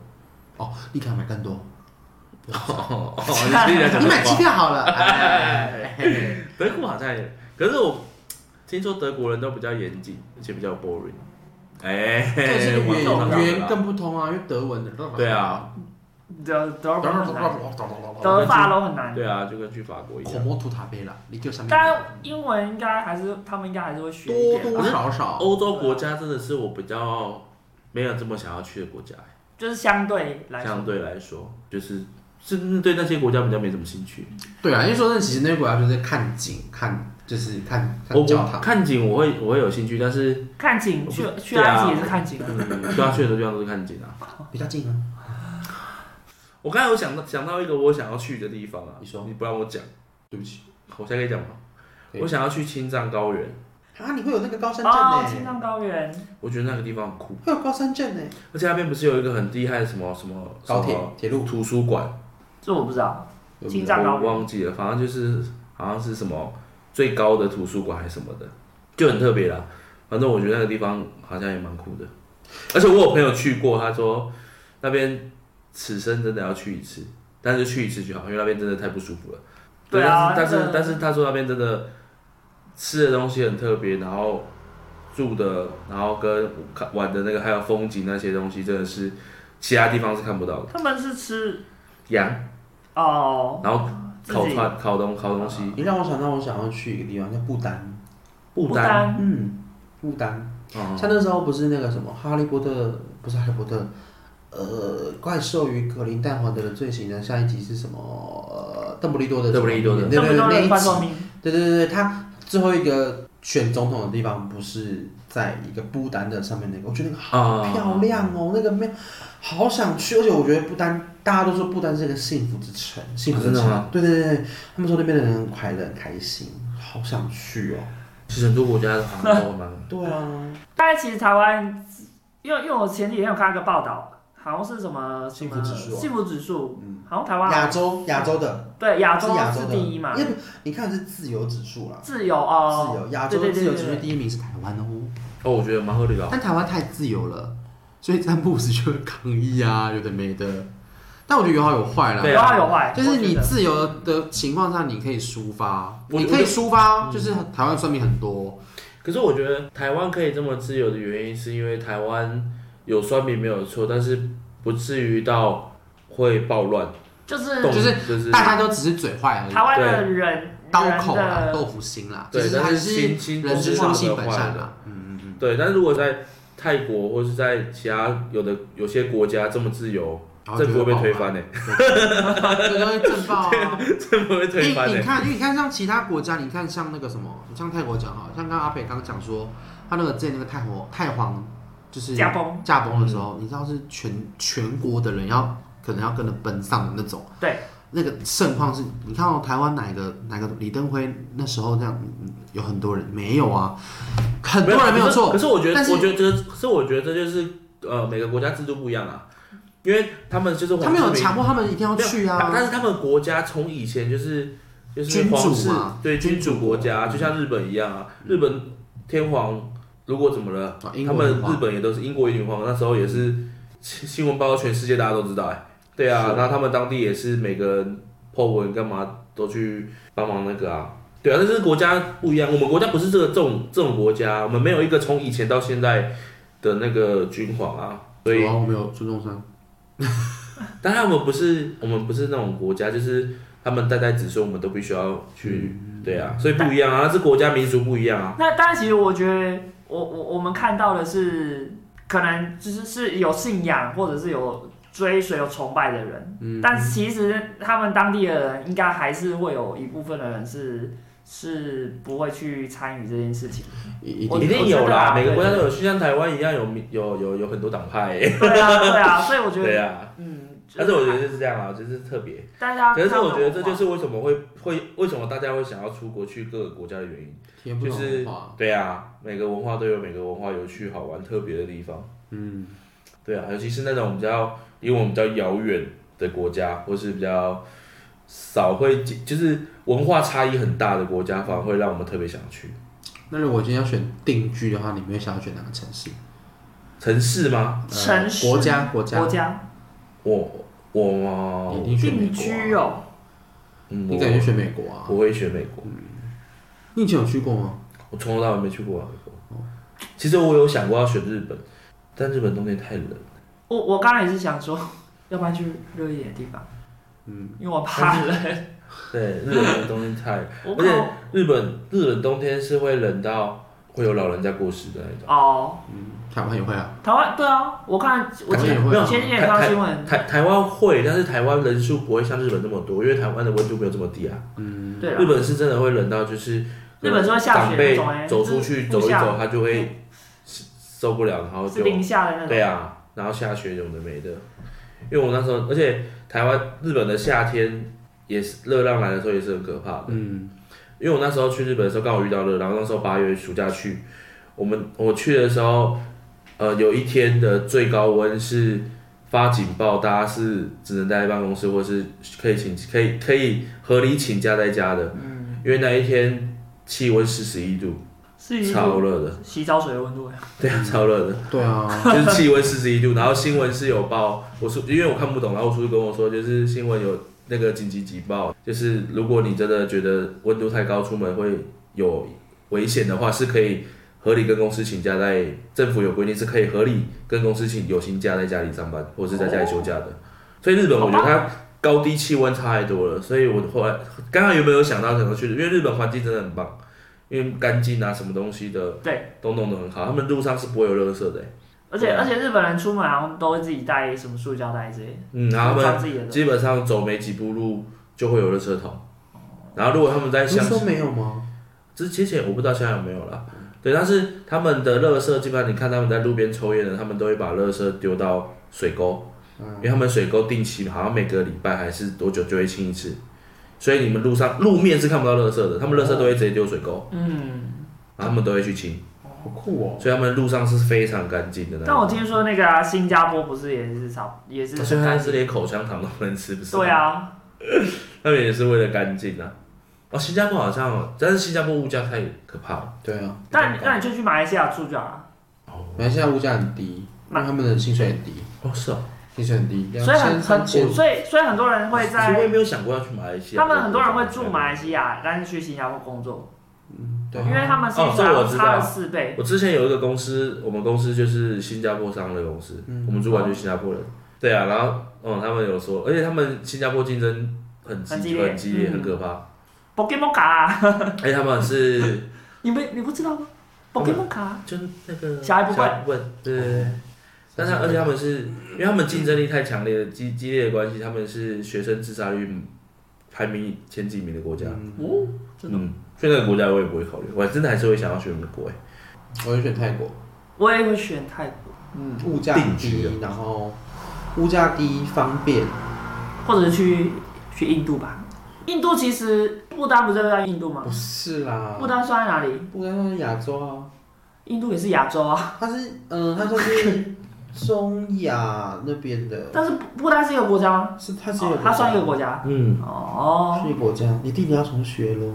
Speaker 1: 哦，你可以买更多，
Speaker 2: 哦，哦你自己在讲
Speaker 1: 你买
Speaker 2: 什
Speaker 1: 机
Speaker 2: 么？
Speaker 1: 票好了。哎，
Speaker 2: 德国好像也，可是我听说德国人都比较严谨，而且比较 boring。哎，
Speaker 1: 这是
Speaker 2: 网
Speaker 1: 语
Speaker 2: 络
Speaker 1: 言
Speaker 2: 上找
Speaker 1: 语
Speaker 2: 得到
Speaker 1: 言更不通啊，因为德文的。
Speaker 2: 对啊，
Speaker 3: 德德国很难，
Speaker 1: 德
Speaker 3: 德法都很难。
Speaker 2: 对啊，就跟去法国一
Speaker 1: 口
Speaker 2: 样。
Speaker 1: 莫吐塔贝啦，你就上面
Speaker 3: 但英文应该还是他们应该还是会学一
Speaker 1: 多
Speaker 3: 点
Speaker 1: 多
Speaker 3: 吧，
Speaker 1: 少少，
Speaker 2: 欧洲国
Speaker 1: 啊
Speaker 2: 家真的是我比较没有这么想要去的国家，
Speaker 3: 就是相对来说
Speaker 2: 相对来说，就是是嗯对那些国家比较没什么兴趣。
Speaker 1: 对啊，因为说真的，其实那些国家就是看景，看就是看
Speaker 2: 我
Speaker 1: 看教堂。
Speaker 2: 看景我会我会有兴趣，但是
Speaker 3: 看景去
Speaker 2: 我不
Speaker 3: 去
Speaker 2: 对啊
Speaker 3: 埃及也是看景啊，
Speaker 2: 嗯，对啊，去很多地方都是看景啊。
Speaker 1: 比较近啊。
Speaker 2: 我刚才有想到想到一个我想要去的地方啊，
Speaker 1: 你说
Speaker 2: 你不让我讲，
Speaker 1: 对不起，
Speaker 2: 我才可以讲吗？
Speaker 1: 可以
Speaker 2: 我想要去青藏高原，
Speaker 1: 啊，你会有那个高山
Speaker 3: 哦，
Speaker 1: 症
Speaker 3: 青
Speaker 1: 呢、
Speaker 3: 藏高原，
Speaker 2: 我觉得那个地方很酷，
Speaker 1: 会有高山症呢、
Speaker 2: 而且那边不是有一个很厉害的什么什么
Speaker 1: 高铁
Speaker 2: 什么
Speaker 1: 铁路
Speaker 2: 图书馆，
Speaker 3: 这我不知道，青藏高
Speaker 2: 我
Speaker 3: 原
Speaker 2: 忘记了，反正就是好像是什么最高的图书馆还是什么的，就很特别啦。反正我觉得那个地方好像也蛮酷的，而且我有朋友去过，他说那边此生真的要去一次，但是去一次就好，因为那边真的太不舒服了。
Speaker 3: 对啊
Speaker 2: 但是但是
Speaker 3: 那个
Speaker 2: 但是他说那边真的吃的东西很特别，然后住的，然后跟看玩的那个还有风景那些东西，真的是其他地方是看不到的。
Speaker 3: 他们是吃
Speaker 2: 羊，
Speaker 3: 哦，
Speaker 2: 然后
Speaker 3: 自
Speaker 2: 烤
Speaker 3: 己
Speaker 2: 串、烤东、烤东西，
Speaker 1: 你让我想到我想要去一个地方叫不丹，
Speaker 2: 不
Speaker 3: 不
Speaker 2: 丹，
Speaker 3: 丹
Speaker 1: 嗯，不丹。
Speaker 2: 嗯
Speaker 1: 像那时候不是那个什么《哈利波特》，不是《哈利波特》，呃，怪兽与格林戴华德的罪行的下一集是什么？呃，邓布利多的
Speaker 2: 邓布利多的
Speaker 1: 对对
Speaker 3: 那么
Speaker 1: 对，
Speaker 3: 多
Speaker 1: 那一
Speaker 3: 人
Speaker 1: 集
Speaker 3: 观众命，
Speaker 1: 对对对对，他最后一个选总统的地方不是在一个不丹的上面那个，我觉得那个好
Speaker 2: 啊
Speaker 1: 漂亮哦，那个庙好想去，而且我觉得不丹，大家都说不丹是个幸福之城，幸福之
Speaker 2: 啊真的吗
Speaker 1: 城，对对对，对他们说那边的人很快乐，很开心，好想去哦。
Speaker 2: 其实很多国家的好像都蛮
Speaker 1: 对啊，
Speaker 3: 但其实台湾，因为因为我前几天有看到一个报道，好像是什么什
Speaker 1: 幸
Speaker 3: 么
Speaker 1: 福指数啊
Speaker 3: 幸福指数，
Speaker 1: 嗯，
Speaker 3: 好像台湾啊
Speaker 1: 亚洲亚洲的
Speaker 3: 对亚洲
Speaker 1: 是亚洲
Speaker 3: 是
Speaker 1: 的
Speaker 3: 第一嘛，
Speaker 1: 因为你看是自由指数啦，
Speaker 3: 自由哦，
Speaker 1: 自由亚洲
Speaker 3: 对
Speaker 1: 的
Speaker 3: 对
Speaker 1: 自
Speaker 3: 对
Speaker 1: 由指
Speaker 3: 对
Speaker 1: 数第一名是台湾 哦，
Speaker 2: 哦，我觉得蛮合理的啊。
Speaker 1: 但台湾太自由了，所以占卜师就会抗议啊，有的没的。但我觉得有好有坏啦，
Speaker 2: 对
Speaker 3: 有
Speaker 2: 啊
Speaker 3: 好有坏，
Speaker 1: 就是你
Speaker 3: 我觉得
Speaker 1: 自由的情况下，你可以抒发，
Speaker 2: 我嗯
Speaker 1: 你可以抒发，就是台湾算命很多，
Speaker 2: 可是我觉得台湾可以这么自由的原因，是因为台湾有酸民没有错，但是不至于到会暴乱，
Speaker 3: 就是
Speaker 2: 动
Speaker 1: 嗯就是啊
Speaker 2: 就是
Speaker 1: 大家都只是嘴坏而已
Speaker 3: 台，湾的人
Speaker 1: 刀口啊啦，
Speaker 3: 人的
Speaker 1: 豆腐心啦，
Speaker 2: 对
Speaker 1: 其实
Speaker 2: 但
Speaker 1: 还
Speaker 2: 是
Speaker 1: 是
Speaker 2: 心心
Speaker 1: 人之
Speaker 2: 中
Speaker 1: 初
Speaker 2: 是
Speaker 1: 性
Speaker 2: 好的
Speaker 1: 本
Speaker 2: 坏
Speaker 1: 善
Speaker 2: 的
Speaker 1: 啦。嗯嗯嗯，
Speaker 2: 对。但是如果在泰国或是在其他有的有些国家这么自由，
Speaker 1: 然后
Speaker 2: 政
Speaker 1: 啊就
Speaker 2: 府会被
Speaker 1: 爆
Speaker 2: 推
Speaker 1: 发，
Speaker 2: 翻呢、
Speaker 1: 对，就会震爆啊。
Speaker 2: 政 府会
Speaker 1: 因
Speaker 2: 推翻欸
Speaker 1: 为
Speaker 2: 呢、
Speaker 1: 你看，因为你看像其他国家，你看像那个什么，像泰国讲哈，像刚刚阿北刚刚讲说，他那个之前那个太皇太皇就是
Speaker 3: 驾崩，
Speaker 1: 驾崩的时候，你知道是全全国的人要可能要跟着奔丧的那种。
Speaker 3: 对，
Speaker 1: 那个盛况是，你看到哦台湾哪一个哪个李登辉那时候这样，嗯嗯有很多人没有啊，很多人没有
Speaker 2: 可
Speaker 1: 错，
Speaker 2: 是可是我觉得，
Speaker 1: 但是
Speaker 2: 我觉得这，可是我觉得这就是呃每个国家制度不一样啊，因为他们就是
Speaker 1: 他们有
Speaker 2: 皇室民
Speaker 1: 强迫他们一定要
Speaker 2: 没有
Speaker 1: 去
Speaker 2: 他
Speaker 1: 啊。
Speaker 2: 但是他们国家从以前就是就是
Speaker 1: 君主
Speaker 2: 皇室
Speaker 1: 嘛
Speaker 2: 对君主国家，就像日本一样啊，日本天皇如果怎么了，
Speaker 1: 啊英
Speaker 2: 他
Speaker 1: 国
Speaker 2: 们
Speaker 1: 文化
Speaker 2: 日本也都是英国女皇，那时候也是新新闻报到全世界大家都知道哎、对啊，然后他们当地也是每个人 po 文干嘛都去帮忙那个啊，对啊，但是国家不一样，我们国家不是这个这种这种国家，我们没有一个从以前到现在的那个君皇啊，所以
Speaker 1: 然后我们有孙中山，
Speaker 2: 当然我们不是我们不是那种国家，就是他们代代子孙，我们都必须要去，
Speaker 3: 嗯
Speaker 2: 对啊，所以不一样啊，那是国家民族不一样啊，
Speaker 3: 那但其实我觉得我，我我们看到的是，可能就是是有信仰或者是有追随、有崇拜的人，
Speaker 1: 嗯，
Speaker 3: 但其实他们当地的人应该还是会有一部分的人是是不会去参与这件事情。
Speaker 1: 一一
Speaker 3: 我
Speaker 1: 定
Speaker 2: 一定有
Speaker 3: 我知道
Speaker 2: 啦
Speaker 3: 啊，
Speaker 2: 每个
Speaker 3: 对
Speaker 2: 国家都有，就像台湾一样有民有有有很多党派、欸，
Speaker 3: 对啊，对啊，所以我觉
Speaker 2: 对
Speaker 3: 得，
Speaker 2: 啊，
Speaker 3: 嗯，就
Speaker 2: 但是我觉，得是这样啊，就是特别。
Speaker 3: 但是他，
Speaker 2: 可是我觉得
Speaker 3: 他
Speaker 2: 这
Speaker 3: 们
Speaker 2: 就是为什么会会为什么大家会想要出国去各个国家的原因。
Speaker 1: 听不懂
Speaker 2: 就是
Speaker 1: 文化，
Speaker 2: 对啊，每个文化都有每个文化有趣好玩特别的地方。
Speaker 1: 嗯，
Speaker 2: 对啊，尤其是那种比较离我们比较遥远的国家，或是比较少会接就是文化差异很大的国家，反而会让我们特别想去。
Speaker 1: 那如果今天要选定居的话，你们会想要选哪个城市？
Speaker 2: 城市吗？
Speaker 1: 呃
Speaker 3: 城市
Speaker 1: 国家国
Speaker 3: 国
Speaker 1: 家，
Speaker 3: 家
Speaker 2: 我我
Speaker 1: 你一定选美
Speaker 3: 定
Speaker 1: 国
Speaker 3: 居
Speaker 1: 啊，
Speaker 3: 哦，
Speaker 2: 嗯，
Speaker 1: 你
Speaker 2: 我
Speaker 1: 感觉选美国啊？
Speaker 2: 我会选美国。
Speaker 1: 你以前有去过吗？
Speaker 2: 我从头到尾没去过啊美国。
Speaker 1: 哦
Speaker 2: 其实我有想过要选日本，但日本冬天太冷。
Speaker 3: 我我刚才也是想说，要不然去热一点的地方，嗯，因为我 怕冷，
Speaker 2: 对，日本的冬天太冷，
Speaker 3: 我
Speaker 2: 而且
Speaker 3: 怕
Speaker 2: 日本日本冬天是会冷到会有老人家过世的那种。
Speaker 3: 哦。
Speaker 1: 台湾也会啊，
Speaker 3: 台湾对啊，我看我
Speaker 1: 台湾也
Speaker 3: 前
Speaker 1: 会啊
Speaker 3: 我前几天看到新闻，
Speaker 2: 台台湾会，但是台湾人数不会像日本那么多，因为台湾的温度没有这么低啊。
Speaker 3: 对
Speaker 2: 日
Speaker 3: 了，
Speaker 2: 本是真的会冷到就是，
Speaker 3: 日本是会下雪
Speaker 2: 长
Speaker 3: 那
Speaker 2: 辈
Speaker 3: 种欸
Speaker 2: 走出去
Speaker 3: 就是
Speaker 2: 走
Speaker 3: 互
Speaker 2: 一
Speaker 3: 相
Speaker 2: 走，他就会受不了，然后
Speaker 3: 是
Speaker 2: 就
Speaker 3: 零下的那种，
Speaker 2: 嗯对啊，然后下雪有的没的。因为我那时候，而且台湾日本的夏天也是热浪来的时候也是很可怕的。
Speaker 1: 嗯，
Speaker 2: 因为我那时候去日本的时候刚好遇到热，然后那时候八月暑假去，我们我去的时候，呃，有一天的最高温是发警报，大家是只能待在办公室，或是可以请可以可以合理请假在家的，嗯，因为那一天气温四十一度，
Speaker 3: 是一
Speaker 2: 超
Speaker 3: 种
Speaker 2: 热的，
Speaker 3: 洗澡水的温度欸，
Speaker 2: 对啊，超热的。
Speaker 1: 对啊，
Speaker 2: 哦就是气温四十一度，然后新闻是有报，我叔因为我看不懂，然后我叔叔跟我说，就是新闻有那个紧急警报，就是如果你真的觉得温度太高，出门会有危险的话，是可以合理跟公司请假在，政府有规定是可以合理跟公司请有薪假在家里上班，或是在家里休假的。所以日本我觉得它高低气温差太多了，所以我后来刚刚有没有想到可能去日，因为日本环境真的很棒。因为干净啊，什么东西的
Speaker 3: 对，
Speaker 2: 都弄得很好，他们路上是不会有垃圾的欸、
Speaker 3: 而且
Speaker 2: 对啊
Speaker 3: 而且日本人出门好像都会自己带什么塑胶袋之类的，
Speaker 2: 嗯，然后他
Speaker 3: 穿
Speaker 2: 们
Speaker 3: 自己的东西，
Speaker 2: 基本上走没几步路就会有垃圾桶，然后如果他们在
Speaker 1: 不是
Speaker 2: 乡
Speaker 1: 说没有吗？
Speaker 2: 之之前我不知道现在有没有啦，对，但是他们的垃圾基本上你看他们在路边抽烟的，他们都会把垃圾丢到水沟，
Speaker 3: 嗯
Speaker 2: 因为他们水沟定期好像每个礼拜还是多久就会清一次，所以你们路上路面是看不到垃圾的，他们垃圾都会直接丢水沟，
Speaker 3: 嗯，
Speaker 2: 然后他们都会去清，
Speaker 1: 好酷哦，
Speaker 2: 所以他们路上是非常干净的那
Speaker 3: 但我
Speaker 2: 种。
Speaker 3: 听说那个啊新加坡不是也是差也是
Speaker 2: 所以
Speaker 3: 很
Speaker 2: 他
Speaker 3: 干
Speaker 2: 是
Speaker 3: 净，
Speaker 2: 连口香糖都不能吃，不是吗？
Speaker 3: 对啊，
Speaker 2: 那边也是为了干净啊。哦，新加坡好像哦，但是新加坡物价太可怕了。
Speaker 1: 对啊，
Speaker 3: 但那你就去马来西亚住就好了，
Speaker 1: 马来西亚物价很低，因为他们的薪水很低，
Speaker 2: 哦，是哦，
Speaker 1: 薪水很低，两
Speaker 3: 所以很
Speaker 1: 千三
Speaker 3: 很
Speaker 1: 千，
Speaker 3: 所以所以很多人会
Speaker 2: 其实我也
Speaker 3: 在。
Speaker 2: 没有想过要去马来西亚。
Speaker 3: 他们很多人会住马来西亚，但是去新加坡工作，
Speaker 1: 对
Speaker 3: 因，为他们是
Speaker 2: 嗯哦这我知道
Speaker 3: 差了四倍。
Speaker 2: 我之前有一个公司，我们公司就是新加坡商的公司，我们主管就是新加坡人。对啊，然后嗯，他们有说，而且他们新加坡竞争很
Speaker 3: 很
Speaker 2: 激
Speaker 3: 激烈
Speaker 2: 很激烈，
Speaker 3: 嗯
Speaker 2: 很可怕。
Speaker 3: Pokemon 卡啊、
Speaker 2: 而且他们是
Speaker 3: 你没你不知道吗？Pokemon 卡，
Speaker 2: 就那个
Speaker 3: 小孩不
Speaker 2: 小孩不笨，对对对。但是而且他们是因为他们竞争力太强烈、激激烈的关系，他们是学生自杀率排名前几名的国家。
Speaker 3: 哦，真的，
Speaker 2: 嗯，所以那个国家我也不会考虑，我真的还是会想要选美国哎、
Speaker 1: 我会选泰国，
Speaker 3: 我也会选泰国，嗯，
Speaker 1: 物价
Speaker 2: 定居
Speaker 1: 低，然后物价低方便，
Speaker 3: 或者去去印度吧。印度其实不丹不是啊在印度吗
Speaker 1: 不？是啦
Speaker 3: 不，丹算在哪里？
Speaker 1: 不该算是亚洲啊，
Speaker 3: 印度也是亚洲啊，
Speaker 1: 它是嗯，它算是中亚那边的，
Speaker 3: 但是不丹是一个国家吗？
Speaker 1: 是它只有
Speaker 3: 哦它算一个国家
Speaker 2: 嗯，
Speaker 3: 哦。
Speaker 1: 是一个国家，你地理要重学喽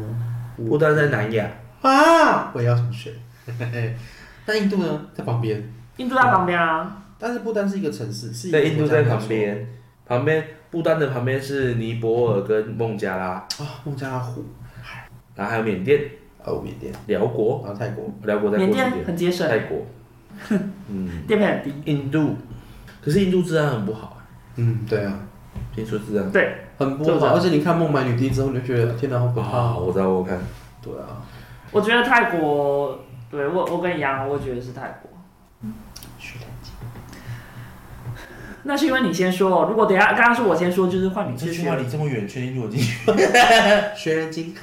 Speaker 2: 不丹在南亚，
Speaker 1: 啊，我也要重学，那印度呢，在旁边。
Speaker 3: 印度在旁边啊，
Speaker 1: 但是不丹是一个城市，是一个
Speaker 2: 在印
Speaker 1: 国
Speaker 2: 度
Speaker 1: 家
Speaker 2: 在
Speaker 1: 没有
Speaker 2: 旁边，旁边不丹的旁边是尼泊尔跟孟加拉，
Speaker 1: 错啊，孟加拉湖。
Speaker 2: 然后还有缅甸、
Speaker 1: 哦，缅甸，
Speaker 2: 辽国，
Speaker 1: 然后泰国，
Speaker 2: 辽国在过
Speaker 3: 缅
Speaker 2: 去
Speaker 3: 甸很节省，
Speaker 2: 泰国，嗯，
Speaker 3: 电费很低。
Speaker 2: 印度，可是印度治安很不好，
Speaker 1: 嗯，对啊，
Speaker 2: 听说治安
Speaker 3: 对，
Speaker 1: 很不
Speaker 3: 就这
Speaker 1: 好。
Speaker 3: 样
Speaker 1: 而且你看《孟买女帝》之后，你就觉得天哪，好可怕
Speaker 2: 啊，
Speaker 1: 哦。
Speaker 2: 我知道，我看
Speaker 1: 对啊，
Speaker 3: 我觉得泰国，对我我跟你一样，我觉得是泰国。嗯那是因为你先说，如果等一下刚刚是我先说，就是换
Speaker 4: 你
Speaker 3: 你
Speaker 4: 这
Speaker 3: 去
Speaker 4: 句
Speaker 3: 学
Speaker 4: 话。离这么远，确定我进 去，
Speaker 1: 学人精，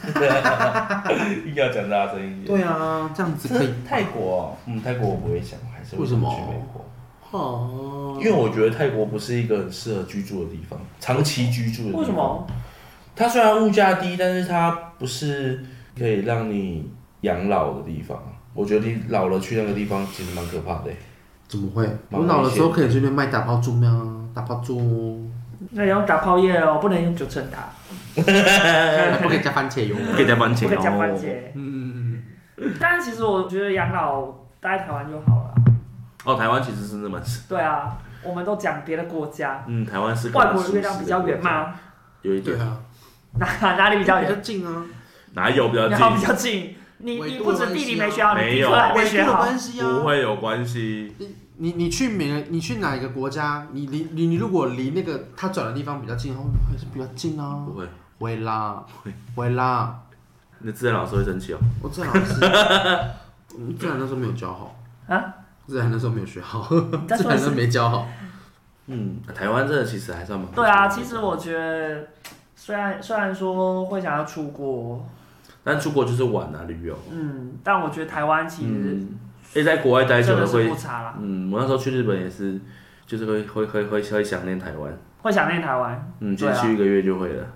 Speaker 4: 硬要讲大声一点。
Speaker 1: 对啊，这样子可以
Speaker 4: 这泰国
Speaker 3: 啊
Speaker 4: 哦，嗯，泰国我不会想，我还是会
Speaker 1: 为什么
Speaker 4: 去美国，
Speaker 1: 哦
Speaker 4: 因，为我觉得泰国不是一个很适合居住的地方，长期居住的地方。
Speaker 3: 为什？么？
Speaker 4: 它虽然物价低，但是它不是可以让你养老的地方。啊我觉得你老了去那个地方其实蛮可怕的。欸
Speaker 1: 怎么会？
Speaker 4: 蛮
Speaker 1: 我老
Speaker 4: 危
Speaker 1: 的
Speaker 4: 险
Speaker 1: 时候可以去那边卖打包猪喵啊，打包猪，
Speaker 3: 那要用打泡液哦，不能用九层 塔，
Speaker 1: 不可以加番茄油。
Speaker 2: 可以加番
Speaker 3: 不
Speaker 2: 茄
Speaker 3: 可以加番
Speaker 2: 哦，
Speaker 3: 茄。
Speaker 1: 嗯，
Speaker 3: 但其实我觉得养老待在台湾就好了。
Speaker 2: 哦，台湾其实真的蛮适，
Speaker 3: 对啊，我们都讲别的国家，
Speaker 2: 嗯，台湾是
Speaker 3: 外国的月亮比较圆？嘛，
Speaker 2: 有一
Speaker 1: 对
Speaker 2: 点，
Speaker 1: 啊，
Speaker 3: 哪哪里比较
Speaker 1: 比较
Speaker 3: 远？
Speaker 1: 近啊，
Speaker 2: 哪有比较
Speaker 3: 然后比
Speaker 2: 近？
Speaker 3: 较近。你你
Speaker 1: 纬
Speaker 3: 不
Speaker 1: 度的
Speaker 3: 止
Speaker 1: 关
Speaker 3: 地理
Speaker 1: 系
Speaker 3: 没
Speaker 1: 啊
Speaker 3: 学好，你
Speaker 2: 没
Speaker 3: 地
Speaker 2: 有
Speaker 3: 科还没
Speaker 1: 纬度
Speaker 3: 学
Speaker 1: 的
Speaker 3: 好。
Speaker 1: 关系啊，
Speaker 2: 不会有关系，
Speaker 1: 你你去美，你去哪一个国家？你离你你如果离那个他转的地方比较近，然后还是比较近啊
Speaker 2: 不。会，
Speaker 1: 会啦，会啦，
Speaker 2: 那自然老师会生气哦。
Speaker 1: 我自然老 师，嗯自然那时候没有教好
Speaker 3: 啊，
Speaker 1: 自然那时候没有学好，
Speaker 3: 再
Speaker 1: 自
Speaker 3: 说一
Speaker 1: 然
Speaker 3: 次
Speaker 1: 都没教好。
Speaker 2: 嗯，台湾真的其实还算蛮
Speaker 3: 对啊，其实我觉得，虽然虽然说会想要出国，
Speaker 2: 但出国就是玩啊，旅游。
Speaker 3: 嗯，但我觉得台湾其实
Speaker 2: 嗯，哎，在国外待久
Speaker 3: 真
Speaker 2: 了
Speaker 3: 的是
Speaker 2: 会
Speaker 3: 不，差啦，
Speaker 2: 嗯，我那时候去日本也是，就是会会会会会想念台湾，
Speaker 3: 会想念台湾。
Speaker 2: 嗯，其
Speaker 3: 对
Speaker 2: 实
Speaker 3: 啊
Speaker 2: 去一个月就会了。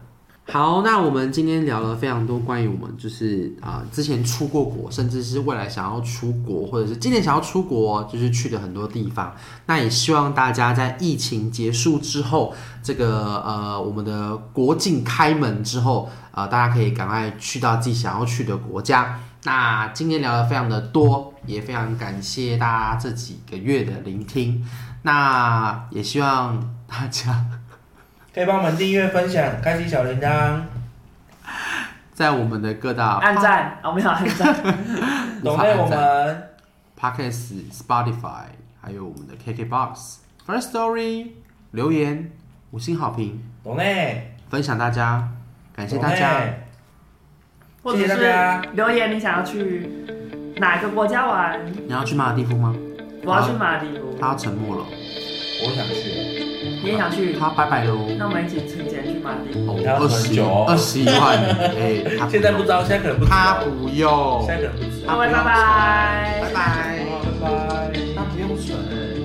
Speaker 1: 好，那我们今天聊了非常多关于我们就是啊、之前出过国，甚至是未来想要出国，或者是今年想要出国，就是去的很多地方。那也希望大家在疫情结束之后，这个呃我们的国境开门之后，啊，大家可以赶快去到自己想要去的国家。那今天聊的非常的多，也非常感谢大家这几个月的聆听。那也希望 大家。
Speaker 4: 可以帮我们订阅、分享、开启小铃铛，
Speaker 1: 在我们的各
Speaker 2: 啊
Speaker 1: 大
Speaker 3: 按赞，哦我没有按赞，
Speaker 4: 懂内我们。
Speaker 1: Podcast、Spotify，还有我们的 KKBox、First Story 留言、五星好评，
Speaker 4: 懂内，
Speaker 1: 分享大家，感谢大
Speaker 4: 懂
Speaker 1: 家
Speaker 4: 内。
Speaker 3: 或者
Speaker 4: 谢谢大
Speaker 3: 是
Speaker 4: 家
Speaker 3: 留言你想要去哪个国家玩？
Speaker 1: 你要去马尔地夫吗？
Speaker 3: 我要去马里乌，
Speaker 1: 他要沉默了，
Speaker 4: 我想去，
Speaker 3: 你也想去？
Speaker 1: 他拜拜喽。
Speaker 3: 那我们一起春节去马里乌。
Speaker 1: 哦，
Speaker 4: 他要
Speaker 1: 二
Speaker 4: 存
Speaker 1: 十
Speaker 4: 久哦
Speaker 1: 二十一 万，哎，他
Speaker 4: 现在不知道，现在可能不知
Speaker 1: 他
Speaker 4: 道，
Speaker 1: 不用，
Speaker 4: 现在可能不知
Speaker 1: 他
Speaker 4: 道。
Speaker 3: 各
Speaker 1: 不
Speaker 3: 位
Speaker 1: 用存拜
Speaker 3: 拜拜
Speaker 1: 拜，
Speaker 4: 好拜拜。
Speaker 1: 他不用存，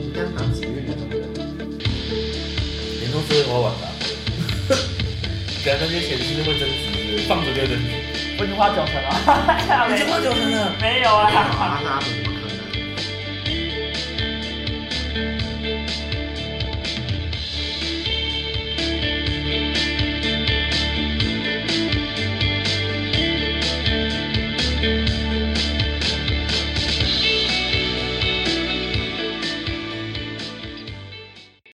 Speaker 1: 应该是拿几个月的。
Speaker 4: 年终是会花完 的啊，感觉那些钱是会增值的，放着就增值。
Speaker 3: 我已经花九成了，
Speaker 4: 花九成了。
Speaker 3: 没有啊。
Speaker 1: 好，那他不用